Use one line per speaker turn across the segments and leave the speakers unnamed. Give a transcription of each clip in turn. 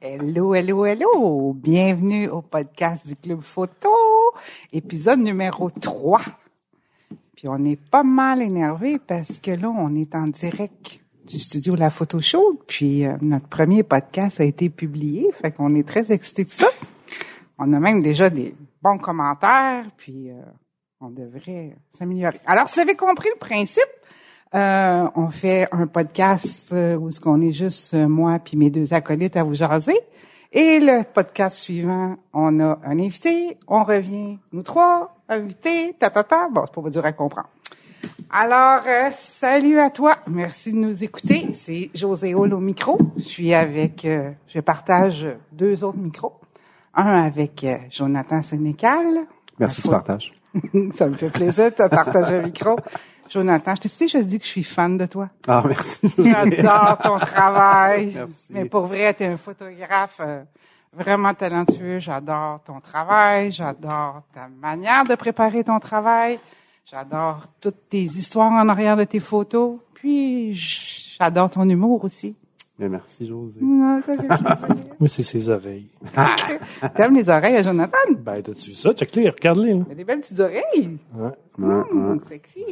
Hello, hello, hello! Bienvenue au podcast du Club Photo, épisode numéro 3. Puis on est pas mal énervé parce que là, on est en direct du studio La Photo Show. Puis euh, notre premier podcast a été publié, fait qu'on est très excités de ça. On a même déjà des bons commentaires, puis euh, on devrait s'améliorer. Alors, si vous avez compris le principe, euh, on fait un podcast euh, où ce qu'on est juste euh, moi puis mes deux acolytes à vous jaser. Et le podcast suivant, on a un invité, on revient, nous trois, invité, ta ta ta. Bon, c'est pas vous dur à comprendre. Alors, euh, salut à toi. Merci de nous écouter. C'est José Hall au micro. Je suis avec, euh, je partage deux autres micros. Un avec euh, Jonathan Sénécal.
Merci du partage.
Ça me fait plaisir de te partager un micro. Jonathan, je te sais, je dis que je suis fan de toi.
Ah, merci.
J'adore ton travail.
Merci.
Mais pour vrai, tu es un photographe euh, vraiment talentueux. J'adore ton travail. J'adore ta manière de préparer ton travail. J'adore toutes tes histoires en arrière de tes photos. Puis, j'adore ton humour aussi.
Mais Eh, merci, José.
Non, ça fait plaisir.
Moi, c'est ses oreilles.
T'aimes les oreilles à Jonathan?
Ben, t'as-tu vu ça? Check-les, regarde-les. là.
Il a des belles petites oreilles.
Ouais.
Hein, hein.
Mmh, sexy.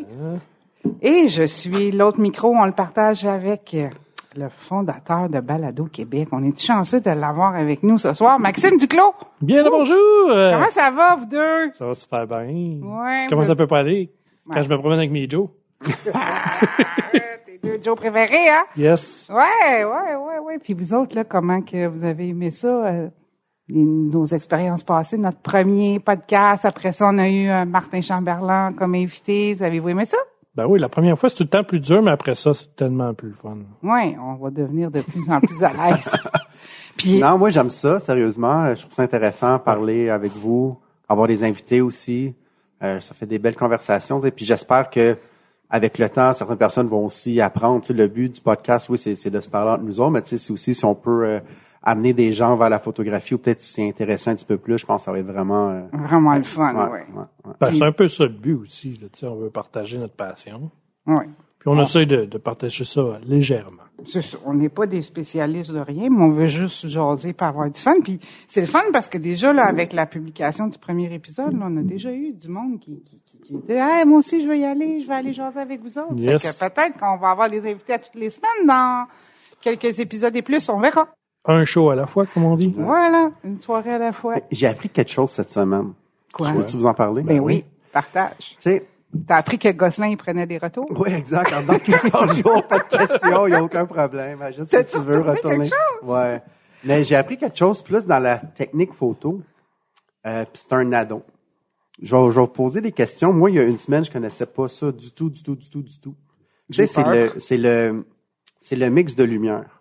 Et je suis l'autre micro, on le partage avec euh, le fondateur de Balado Québec. On est chanceux de l'avoir avec nous ce soir, Maxime Duclos.
Bien le bonjour! Euh,
Comment ça va, vous deux?
Ça va super bien.
Ouais,
Comment
vous-
ça peut pas aller?
Ouais.
Quand je me promène avec mes Joe.
Ah, Tes deux Joe préférés, hein?
Yes.
Ouais, ouais, ouais, ouais. Puis vous autres, là, comment que vous avez aimé ça? euh, les- nos expériences passées, notre premier podcast. Après ça, on a eu euh, Martin Chamberlain comme invité. Vous avez-vous aimé ça?
Ben oui, la première fois, c'est tout le temps plus dur, mais après ça, c'est tellement plus fun.
Ouais, on va devenir de plus en plus à l'aise. Puis,
Non, moi, j'aime ça, sérieusement. Euh, Je trouve ça intéressant, parler avec vous, avoir des invités aussi. Euh, ça fait des belles conversations. tu sais. Puis j'espère que avec le temps, certaines personnes vont aussi apprendre. Tu sais, le but du podcast, oui, c'est c'est de se parler entre nous autres, mais tu sais, c'est aussi si on peut euh, amener des gens vers la photographie ou peut-être s'y intéresser un petit peu plus, je pense que ça va être vraiment... euh,
vraiment le fun,
ouais,
ouais.
ouais, ouais.
Ben, c'est un peu ça le but aussi. Là, tu sais, on veut partager notre passion.
Ouais.
Puis on essaie de, de partager ça légèrement.
C'est ça. On n'est pas des spécialistes de rien, mais on veut juste jaser pour avoir du fun. Puis c'est le fun parce que déjà, là, avec la publication du premier épisode, là, on a déjà eu du monde qui, qui, qui, qui était Hey, moi aussi, je vais y aller, je vais aller jaser avec vous autres. Fait
Yes.
que peut-être qu'on va avoir des invités à toutes les semaines dans quelques épisodes et plus, on verra.
Un show à la fois, comme on dit.
Voilà, une soirée à la fois.
J'ai appris quelque chose cette semaine.
Quoi?
Je Peux-tu vous en parler?
Ben oui, partage.
Tu sais,
T'as appris que Gosselin, il prenait des retours?
Oui, exact. En dedans de 14 jours, pas de question, il n'y a aucun problème. Ajoute si
T'as-tu
tu veux
retourné
retourner.
quelque
Ouais. Mais j'ai appris quelque chose plus dans la technique photo. Euh, Puis c'est un addon. Je vais, je vais vous poser des questions. Moi, il y a une semaine, je connaissais pas ça du tout, du tout, du tout, du tout. Tu sais, c'est
peur.
le, c'est le, c'est le mix de lumière.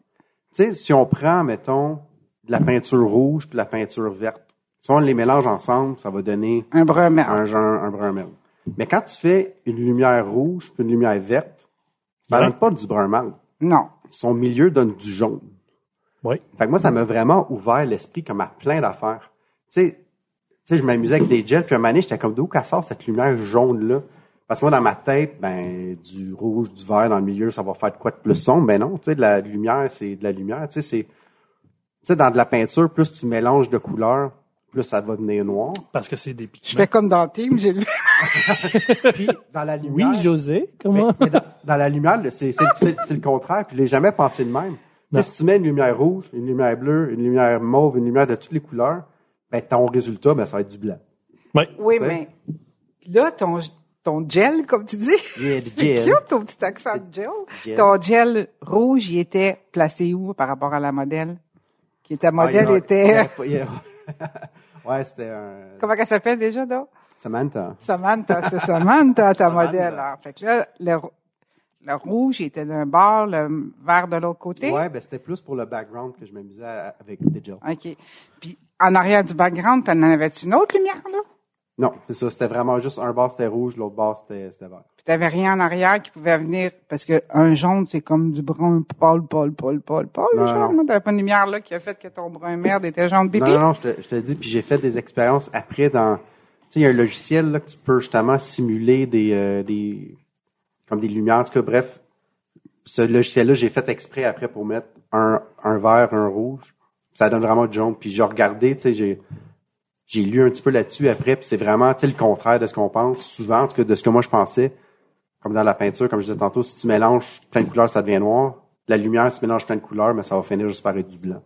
Tu sais, si on prend, mettons, de la peinture rouge puis de la peinture verte, si on les mélange ensemble, ça va donner
Un bras merde.
un, genre- un brun mâle. Mais quand tu fais une lumière rouge puis une lumière verte, ça
Ouais.
donne pas du brun mâle.
Non.
Son milieu donne du jaune.
Oui.
Fait que moi, ça m'a vraiment ouvert l'esprit comme à plein d'affaires. Tu sais, tu sais, je m'amusais avec des jets, puis un moment donné, j'étais comme d'où qu'elle sort cette lumière jaune-là? Parce que moi, dans ma tête, ben, du rouge, du vert dans le milieu, ça va faire de quoi de plus sombre? Ben non, tu sais, de la lumière, c'est de la lumière. Tu sais, c'est, tu sais, dans de la peinture, plus tu mélanges de couleurs, plus ça va devenir noir.
Parce que c'est des
Je
pigments.
fais comme dans le team, j'ai le
Puis, dans la
Oui,
lumière.
José,
Mais-
comment?
mais dans, dans la lumière, là, c'est c'est- c'est- c'est le contraire. Puis je l'ai jamais pensé de même. Tu sais, si tu mets une lumière rouge, une lumière bleue, une lumière mauve, une lumière de toutes les couleurs, ben ton résultat, ben ça va être du blanc.
Ouais.
Oui,
Ouais.
mais là, ton, ton gel, comme tu dis,
Yeah, du
c'est
gel.
cute, ton petit accent de gel.
Gel.
Ton gel rouge, il était placé où par rapport à la modèle? Qui ta modèle
Ah, il y en a- il y
était,
en a pas- il y a- ouais, c'était un.
comment elle s'appelle déjà, donc?
Samantha.
Samantha, c'est Samantha, ta
Samantha.
modèle. hein. Fait que là, le, le rouge, il était d'un bord, le vert de l'autre côté.
Ouais, ben c'était plus pour le background que je m'amusais à- avec des gels.
OK. Puis, en arrière du background, t'en avais-tu une autre lumière, là?
Non, c'est ça. C'était vraiment juste un bord c'était rouge, l'autre bord c'était c'était vert.
Puis t'avais rien en arrière qui pouvait venir parce que un jaune c'est comme du brun pâle pâle pâle pâle pâle le
Non,
jaune.
non.
là. T'avais pas une lumière là qui a fait que ton brun merde était jaune pipi.
Non, non, non, je te, je te dis, puis j'ai fait des expériences après dans. Tu sais, il y a un logiciel là, que tu peux justement simuler des. euh, des comme des lumières, en tout cas, bref. Ce logiciel-là, j'ai fait exprès après pour mettre un, un vert, un rouge, Ça donne vraiment du jaune. Puis j'ai regardé, tu sais, j'ai j'ai lu un petit peu là-dessus après, puis c'est vraiment tu sais, le contraire de ce qu'on pense souvent, en tout cas de ce que moi je pensais. Comme dans la peinture, comme je disais tantôt, si tu mélanges plein de couleurs, ça devient noir. La lumière, si tu mélanges plein de couleurs, mais ça va finir juste par être du blanc.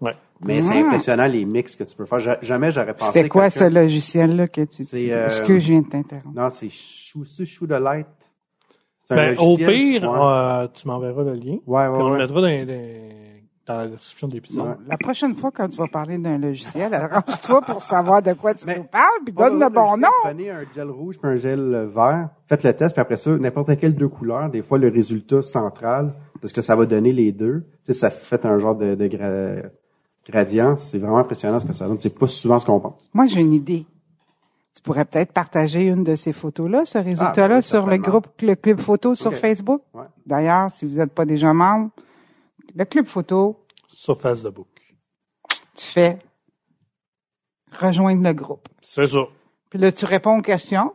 Ouais.
Mais c'est impressionnant les mix que tu peux faire. J'a- Jamais j'aurais pensé.
C'était quoi
quelqu'un-
ce logiciel-là que tu dis?
C'est, euh,
Est-ce que je viens de t'interrompre?
Non, c'est Shoo Shoo de Light. C'est un
Ben, au
logiciel.
pire,
Ouais.
euh, tu m'enverras le lien.
Ouais,
Puis on
ouais,
le
ouais.
mettra dans, dans- dans la description de l'épisode.
Ouais.
La prochaine fois, quand tu vas parler d'un logiciel, arrange-toi pour savoir de quoi tu
Mais-
nous parles, puis donne le bon nom.
Prenez un gel rouge puis un gel vert. Faites le test, puis après ça, n'importe quelle deux couleurs, des fois le résultat central, parce que ça va donner les deux. Tu sais, ça fait un genre de, de gra- gradient. C'est vraiment impressionnant ce que ça donne. C'est pas souvent ce qu'on pense.
Moi, j'ai une idée. Tu pourrais peut-être partager une de ces photos-là, ce résultat-là,
Ah, oui,
sur le
certainement.
groupe le Club Photo sur
Ok.
Facebook.
Ouais.
D'ailleurs, si vous n'êtes pas déjà membre, le Club Photo,
Sur Facebook.
tu fais rejoindre le groupe.
C'est ça.
Puis là, tu réponds aux questions,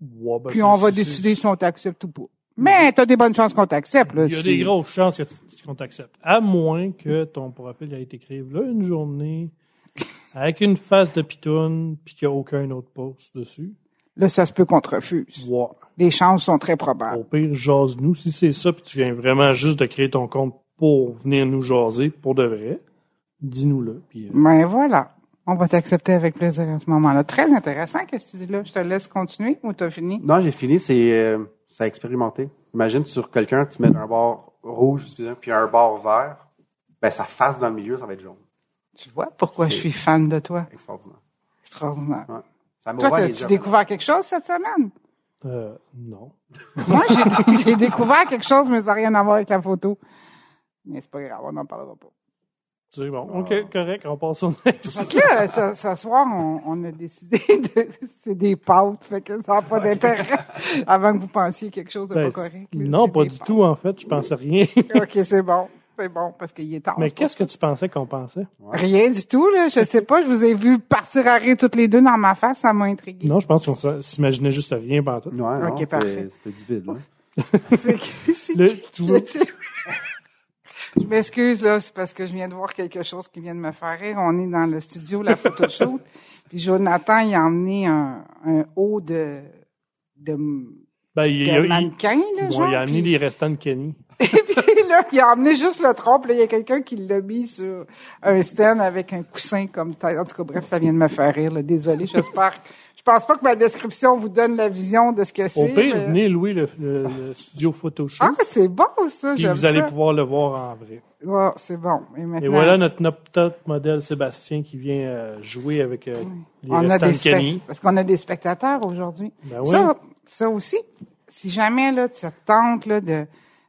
Ouais, ben,
puis
c'est-
on va
c'est-
décider Ben, si on t'accepte ou pas. Mais t'as des bonnes chances qu'on t'accepte. là,
Il y a
si-
des grosses chances que tu- qu'on t'accepte. À moins que ton profil ait été créé là une journée avec une face de pitoune puis qu'il n'y a aucun autre post dessus.
Là, ça se peut qu'on te refuse.
Ouais.
Les chances sont très probables.
Au pire, jase-nous. Si c'est ça, puis tu viens vraiment juste de créer ton compte pour venir nous jaser pour de vrai, dis-nous-le. Puis, euh,
Mais voilà. On va t'accepter avec plaisir à ce moment-là. Très intéressant, qu'est-ce que tu dis là? Je te laisse continuer ou t'as fini?
Non, j'ai fini. C'est euh, ça a expérimenté. Imagine sur quelqu'un, tu mets un bord rouge, excusez, puis un bord vert. Ben, sa face dans le milieu, ça va être jaune.
Tu vois pourquoi je
C'est-
suis fan de toi.
Extraordinaire.
Extraordinaire.
Ouais. Ça m'a
Toi,
ouvert les
t'as-tu
yeux.
découvert quelque chose cette semaine?
euh, non.
Moi, j'ai- j'ai découvert quelque chose, mais ça n'a rien à voir avec la photo. Mais c'est pas grave, on n'en parlera pas.
Tu sais, bon,
Ah.
ok, correct, on passe au next.
Fait que là, ce, ce soir, on, on a décidé de... C'est des pâtes, fait que ça n'a pas d'intérêt avant que vous pensiez quelque chose de
Ben,
pas correct. là,
non,
c'est
pas
des
du
pâtes.
tout, en fait. Je pensais rien.
OK, c'est bon. C'est bon, parce qu'il est tard.
Mais
c'est pour
qu'est-ce que tu pensais qu'on pensait?
Rien du tout, là. Je sais pas. Je vous ai vu partir à rire toutes les deux dans ma face. Ça m'a intrigué.
Non, je pense qu'on s'a- s'imaginait juste rien pendant tout.
Ouais, non,
Ok,
c'est-
parfait.
C'était du vide. là.
C'est que- c'est
Le-
que-
tu vois-
Je m'excuse, là. C'est parce que je viens de voir quelque chose qui vient de me faire rire. On est dans le studio, la photo shoot. Puis Jonathan, il a emmené un, un haut de, de,
Ben, il,
de
il- il-
mannequin, là.
bon,
genre,
il a amené
puis-
les restants de Kenny.
puis là, il a emmené juste le trompe. Là, il y a quelqu'un qui l'a mis sur un stand avec un coussin comme tête. En tout cas, bref, ça vient de me faire rire. Là. Désolé, j'espère. que- Je pense pas que ma description vous donne la vision de ce que c'est.
Au pire,
mais-
venez louer le, le- le studio Photoshop.
Ah, c'est bon ça.
puis
J'aime
vous
ça.
allez pouvoir le voir en vrai.
Ouais, c'est bon. Et maintenant,
Et voilà notre notre top modèle Sébastien qui vient euh, jouer avec euh, les
on a
restants
des
de Kenny.
spect- parce qu'on a des spectateurs aujourd'hui.
Ben
Ça, ça aussi. Si jamais là, tu te tentes là, de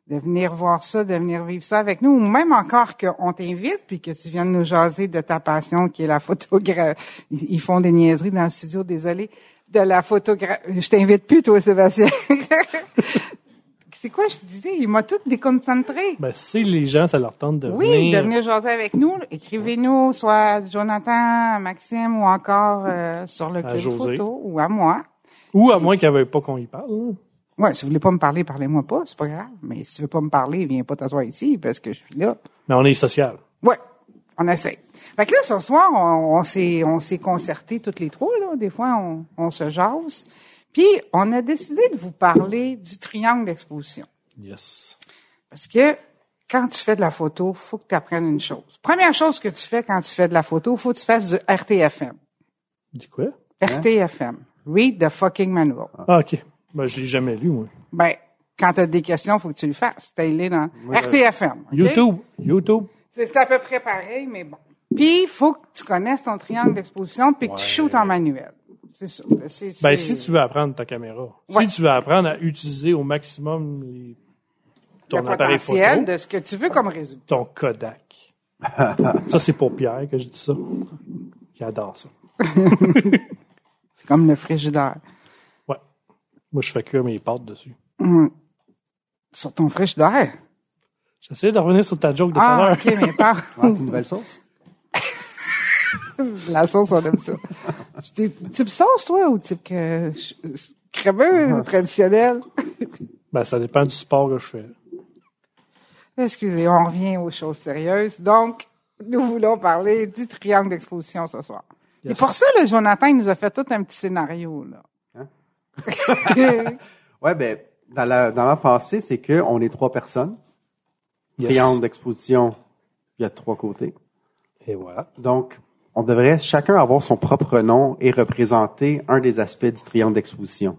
de venir voir ça, de venir vivre ça avec nous, ou même encore qu'on t'invite puis que tu viennes nous jaser de ta passion qui est la photographie. Ils ils font des niaiseries dans le studio, désolé. De la photographie. Je t'invite plus, toi, Sébastien. C'est quoi, je te disais? Il m'a tout déconcentré.
Ben, si les gens, ça leur tente de
Oui, de venir jaser avec nous. Écrivez-nous, soit à Jonathan, à Maxime ou encore euh, sur le club
José.
photo ou à moi.
Ou à moins qu'ils ne veuillent pas qu'on y parle. hein.
Ouais, si vous voulez pas me parler, parlez-moi pas, c'est pas grave. Mais si tu veux pas me parler, viens pas t'asseoir ici parce que je suis là.
Mais on est social.
Ouais, on essaie. Fait que là, ce soir, on, on s'est on s'est concertés toutes les trois là. Des fois, on, on se jase. Puis, on a décidé de vous parler du triangle d'exposition.
Yes.
Parce que quand tu fais de la photo, faut que tu apprennes une chose. Première chose que tu fais quand tu fais de la photo, faut que tu fasses du RTFM.
Du quoi?
RTFM. Read the fucking manual.
Ah, OK. Ben, je l'ai jamais lu, moi.
Ben, quand tu as des questions, faut que tu le fasses. T'as les dans RTFM. ok?
YouTube. YouTube.
C'est c'est à peu près pareil, mais bon. Puis, il faut que tu connaisses ton triangle d'exposition puis que tu shootes en manuel. C'est ça. C'est-
Ben,
c'est-
si tu veux apprendre ta caméra,
Ouais.
si tu veux apprendre à utiliser au maximum les- ton
le
appareil
potentiel
photo,
de ce que tu veux comme résultat.
ton Kodak. ça, c'est pour Pierre que je dis ça. Il adore ça.
C'est comme le frigidaire.
Ouais. Moi, je fais cuire mes pâtes dessus.
Sur ton frigidaire.
J'essaie de revenir sur ta joke de tout à
Ah,
l'heure.
OK, mais pas.
Ah, c'est une nouvelle sauce?
La sauce, on aime ça. T'es type sauce, toi, ou type que, crémeux, traditionnel?
Ben, ça dépend du sport que je fais.
Excusez, on revient aux choses sérieuses. Donc, Nous voulons parler du triangle d'exposition ce soir.
Yes.
Et pour ça, là, Jonathan, il nous a fait tout un petit scénario. Là.
Ouais, ben, dans la, dans la pensée, c'est qu'on est trois personnes.
Yes.
Triangle d'exposition, il y a trois côtés.
Et voilà.
Donc, on devrait chacun avoir son propre nom et représenter un des aspects du triangle d'exposition.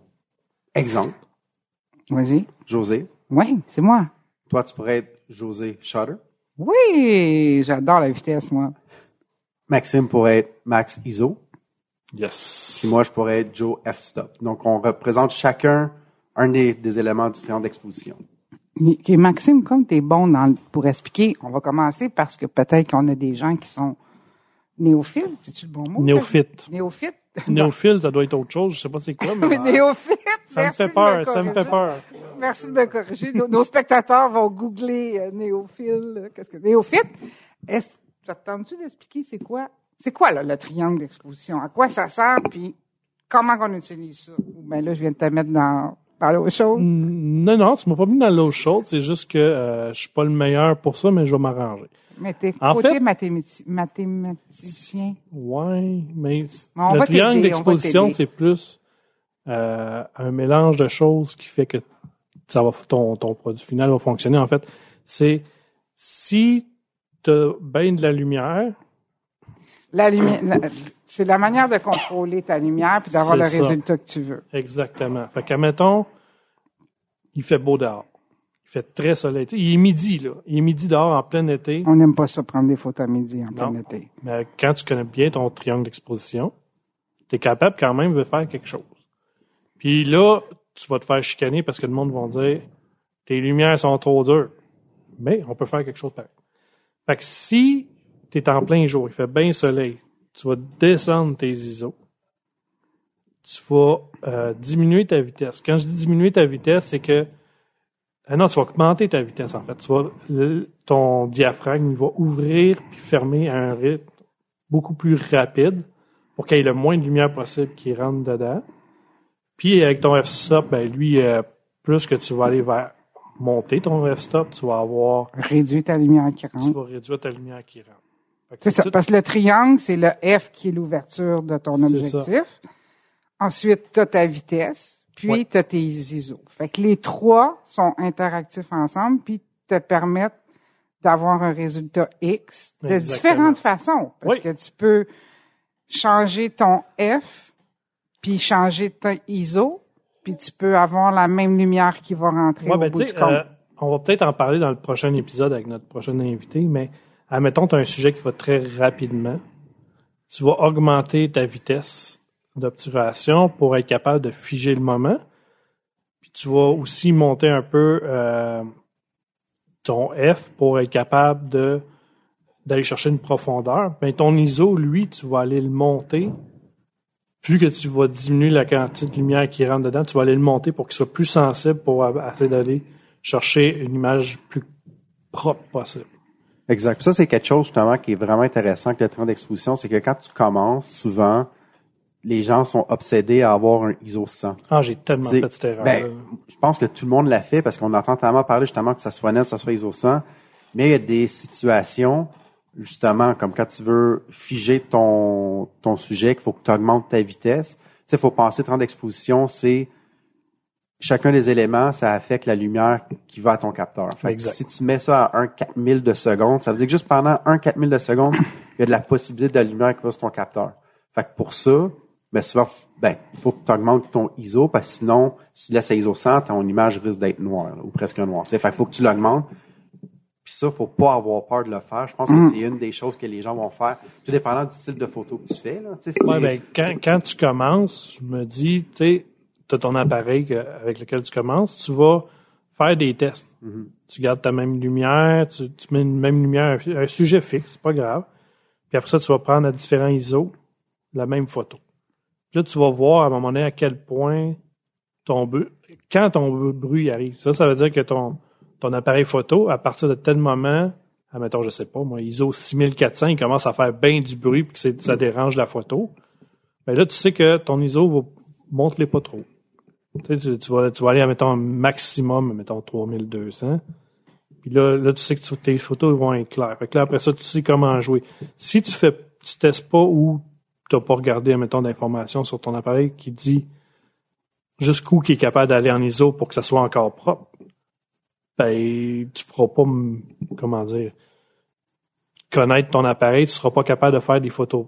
Exemple,
Vas-y.
José.
Oui, c'est moi.
Toi, tu pourrais être José Shutter.
Oui, j'adore la vitesse, moi.
Maxime pourrait être Max Iso.
Yes.
Puis moi, je pourrais être Joe F-Stop. Donc, on représente chacun un des, des éléments du triangle d'exposition.
Mais- Et Maxime, comme tu es bon dans le- pour expliquer, on va commencer parce que peut-être qu'on a des gens qui sont néophiles, c'est-tu le bon mot?
Néophyte.
Néophyte.
Ah. Néophile, ça doit être autre chose, je sais pas c'est quoi, mais, euh,
Mais néophyte,
ça me
merci
fait
de
peur, ça me
corriger.
fait peur.
Merci de me corriger. Nos, nos spectateurs vont googler euh, néophile. euh, Qu'est-ce que néophyte Est-ce ça te tente-tu d'expliquer c'est quoi C'est quoi là, le triangle d'exposition À quoi ça sert Puis comment qu'on utilise ça Ou Ben là, je viens de te mettre dans dans l'eau chaude.
Mm, Non, non, tu m'as pas mis dans l'eau chaude, c'est juste que euh, je suis pas le meilleur pour ça, mais je vais m'arranger.
Mais t'es
En
côté
fait-
mathémati- mathématicien.
Ouais, mais c-
Mais on
le
va
triangle
t'aider, on va
d'exposition,
t'aider.
c'est plus euh, un mélange de choses qui fait que ça va ton, ton produit final va fonctionner. En fait, c'est si tu bien de la lumière,
La lumière, la- c'est la manière de contrôler ta lumière puis d'avoir le
C'est ça.
résultat que tu veux.
exactement. Fait que, mettons, il fait beau dehors. Il fait très soleil. Tu sais, il est midi, là. Il est midi dehors en plein été.
On n'aime pas ça prendre des photos à midi en plein
Non.
été.
Mais quand tu connais bien ton triangle d'exposition, tu es capable quand même de faire quelque chose. Puis là, tu vas te faire chicaner parce que le monde va dire tes lumières sont trop dures. Mais on peut faire quelque chose pareil. Fait que si tu es en plein jour, il fait bien soleil, tu vas descendre tes ISO. Tu vas euh, diminuer ta vitesse. Quand je dis diminuer ta vitesse, c'est que. Ah non, tu vas augmenter ta vitesse en fait. Tu vas, le- ton diaphragme il va ouvrir puis fermer à un rythme beaucoup plus rapide pour qu'il y ait le moins de lumière possible qui rentre dedans. Puis avec ton f-stop, ben lui, euh, plus que tu vas aller vers monter ton f-stop, tu vas avoir
Réduis ta lumière qui rentre.
tu vas réduire ta lumière qui rentre. Fait
Mhm.
que
C'est ça,
tout-
parce que le triangle, c'est le F qui est l'ouverture de ton
C'est ça.
objectif. Ensuite, tu as ta vitesse, puis
Ouais.
tu as tes ISO. Fait que les trois sont interactifs ensemble, puis te permettent d'avoir un résultat X de
Exactement.
différentes façons. Parce
Oui.
que tu peux changer ton F, puis changer ton ISO, puis tu peux avoir la même lumière qui va rentrer
Ouais,
au
ben,
bout
tu
du
sais,
compte.
euh, on va peut-être en parler dans le prochain épisode avec notre prochain invité, mais admettons tu as un sujet qui va très rapidement. Tu vas augmenter ta vitesse d'obturation pour être capable de figer le moment. Puis tu vas aussi monter un peu euh, ton F pour être capable de d'aller chercher une profondeur. Mais ton ISO, lui, tu vas aller le monter. Plus que tu vas diminuer la quantité de lumière qui rentre dedans, tu vas aller le monter pour qu'il soit plus sensible pour a- essayer d'aller chercher une image plus propre possible.
Exact. Puis Ça, c'est quelque chose justement qui est vraiment intéressant avec le triangle d'exposition, c'est que quand tu commences, souvent, les gens sont obsédés à avoir un ISO 100.
Ah, j'ai tellement
C'est-
fait cette erreur.
ben, je pense que tout le monde l'a fait parce qu'on entend tellement parler justement que ça soit net, que ça soit ISO 100, mais il y a des situations, justement, comme quand tu veux figer ton, ton sujet, qu'il faut que tu augmentes ta vitesse. Tu sais, il faut penser temps d'exposition, c'est chacun des éléments, ça affecte la lumière qui va à ton capteur. Fait que
Exact.
si tu mets ça à 1 4000 de seconde, ça veut dire que juste pendant 1 4000 de seconde, il y a de la possibilité de la lumière qui va sur ton capteur. Fait que pour ça, ben souvent, ben, il faut que tu augmentes ton ISO parce que sinon, si tu laisses à ISO 100, ton image risque d'être noire là, ou presque noire. Tu sais, Fait qu'il faut que tu l'augmentes. Puis ça, faut pas avoir peur de le faire. Je pense
Mm.
que c'est une des choses que les gens vont faire, tout dépendant du style de photo que tu fais. Là. Tu sais, c'est-
Ouais, ben, quand, quand tu commences, je me dis, tu sais, tu as ton appareil que- avec lequel tu commences, tu vas faire des tests. Tu gardes ta même lumière, tu, tu mets une même lumière, un, un sujet fixe, c'est pas grave. Puis après ça, tu vas prendre à différents ISO la même photo. Puis là, tu vas voir à un moment donné à quel point ton bruit, quand ton bruit arrive. Ça, ça veut dire que ton, ton appareil photo, à partir de tel moment, ah, mettons, je sais pas, moi, ISO 6400, il commence à faire bien du bruit puis que c'est- ça dérange la photo. Mais Ben là, tu sais que ton ISO, va- monte-les pas trop. Tu, sais, tu- tu vas, tu vas aller à, mettons, un maximum, mettons, 3200. Puis là, là, tu sais que tu- tes photos vont être claires. Fait que là, après ça, tu sais comment jouer. Si tu fais, tu testes pas ou tu n'as pas regardé, mettons, d'informations sur ton appareil qui dit jusqu'où qui est capable d'aller en ISO pour que ça soit encore propre, ben, tu pourras pas, m- comment dire, connaître ton appareil, tu seras pas capable de faire des photos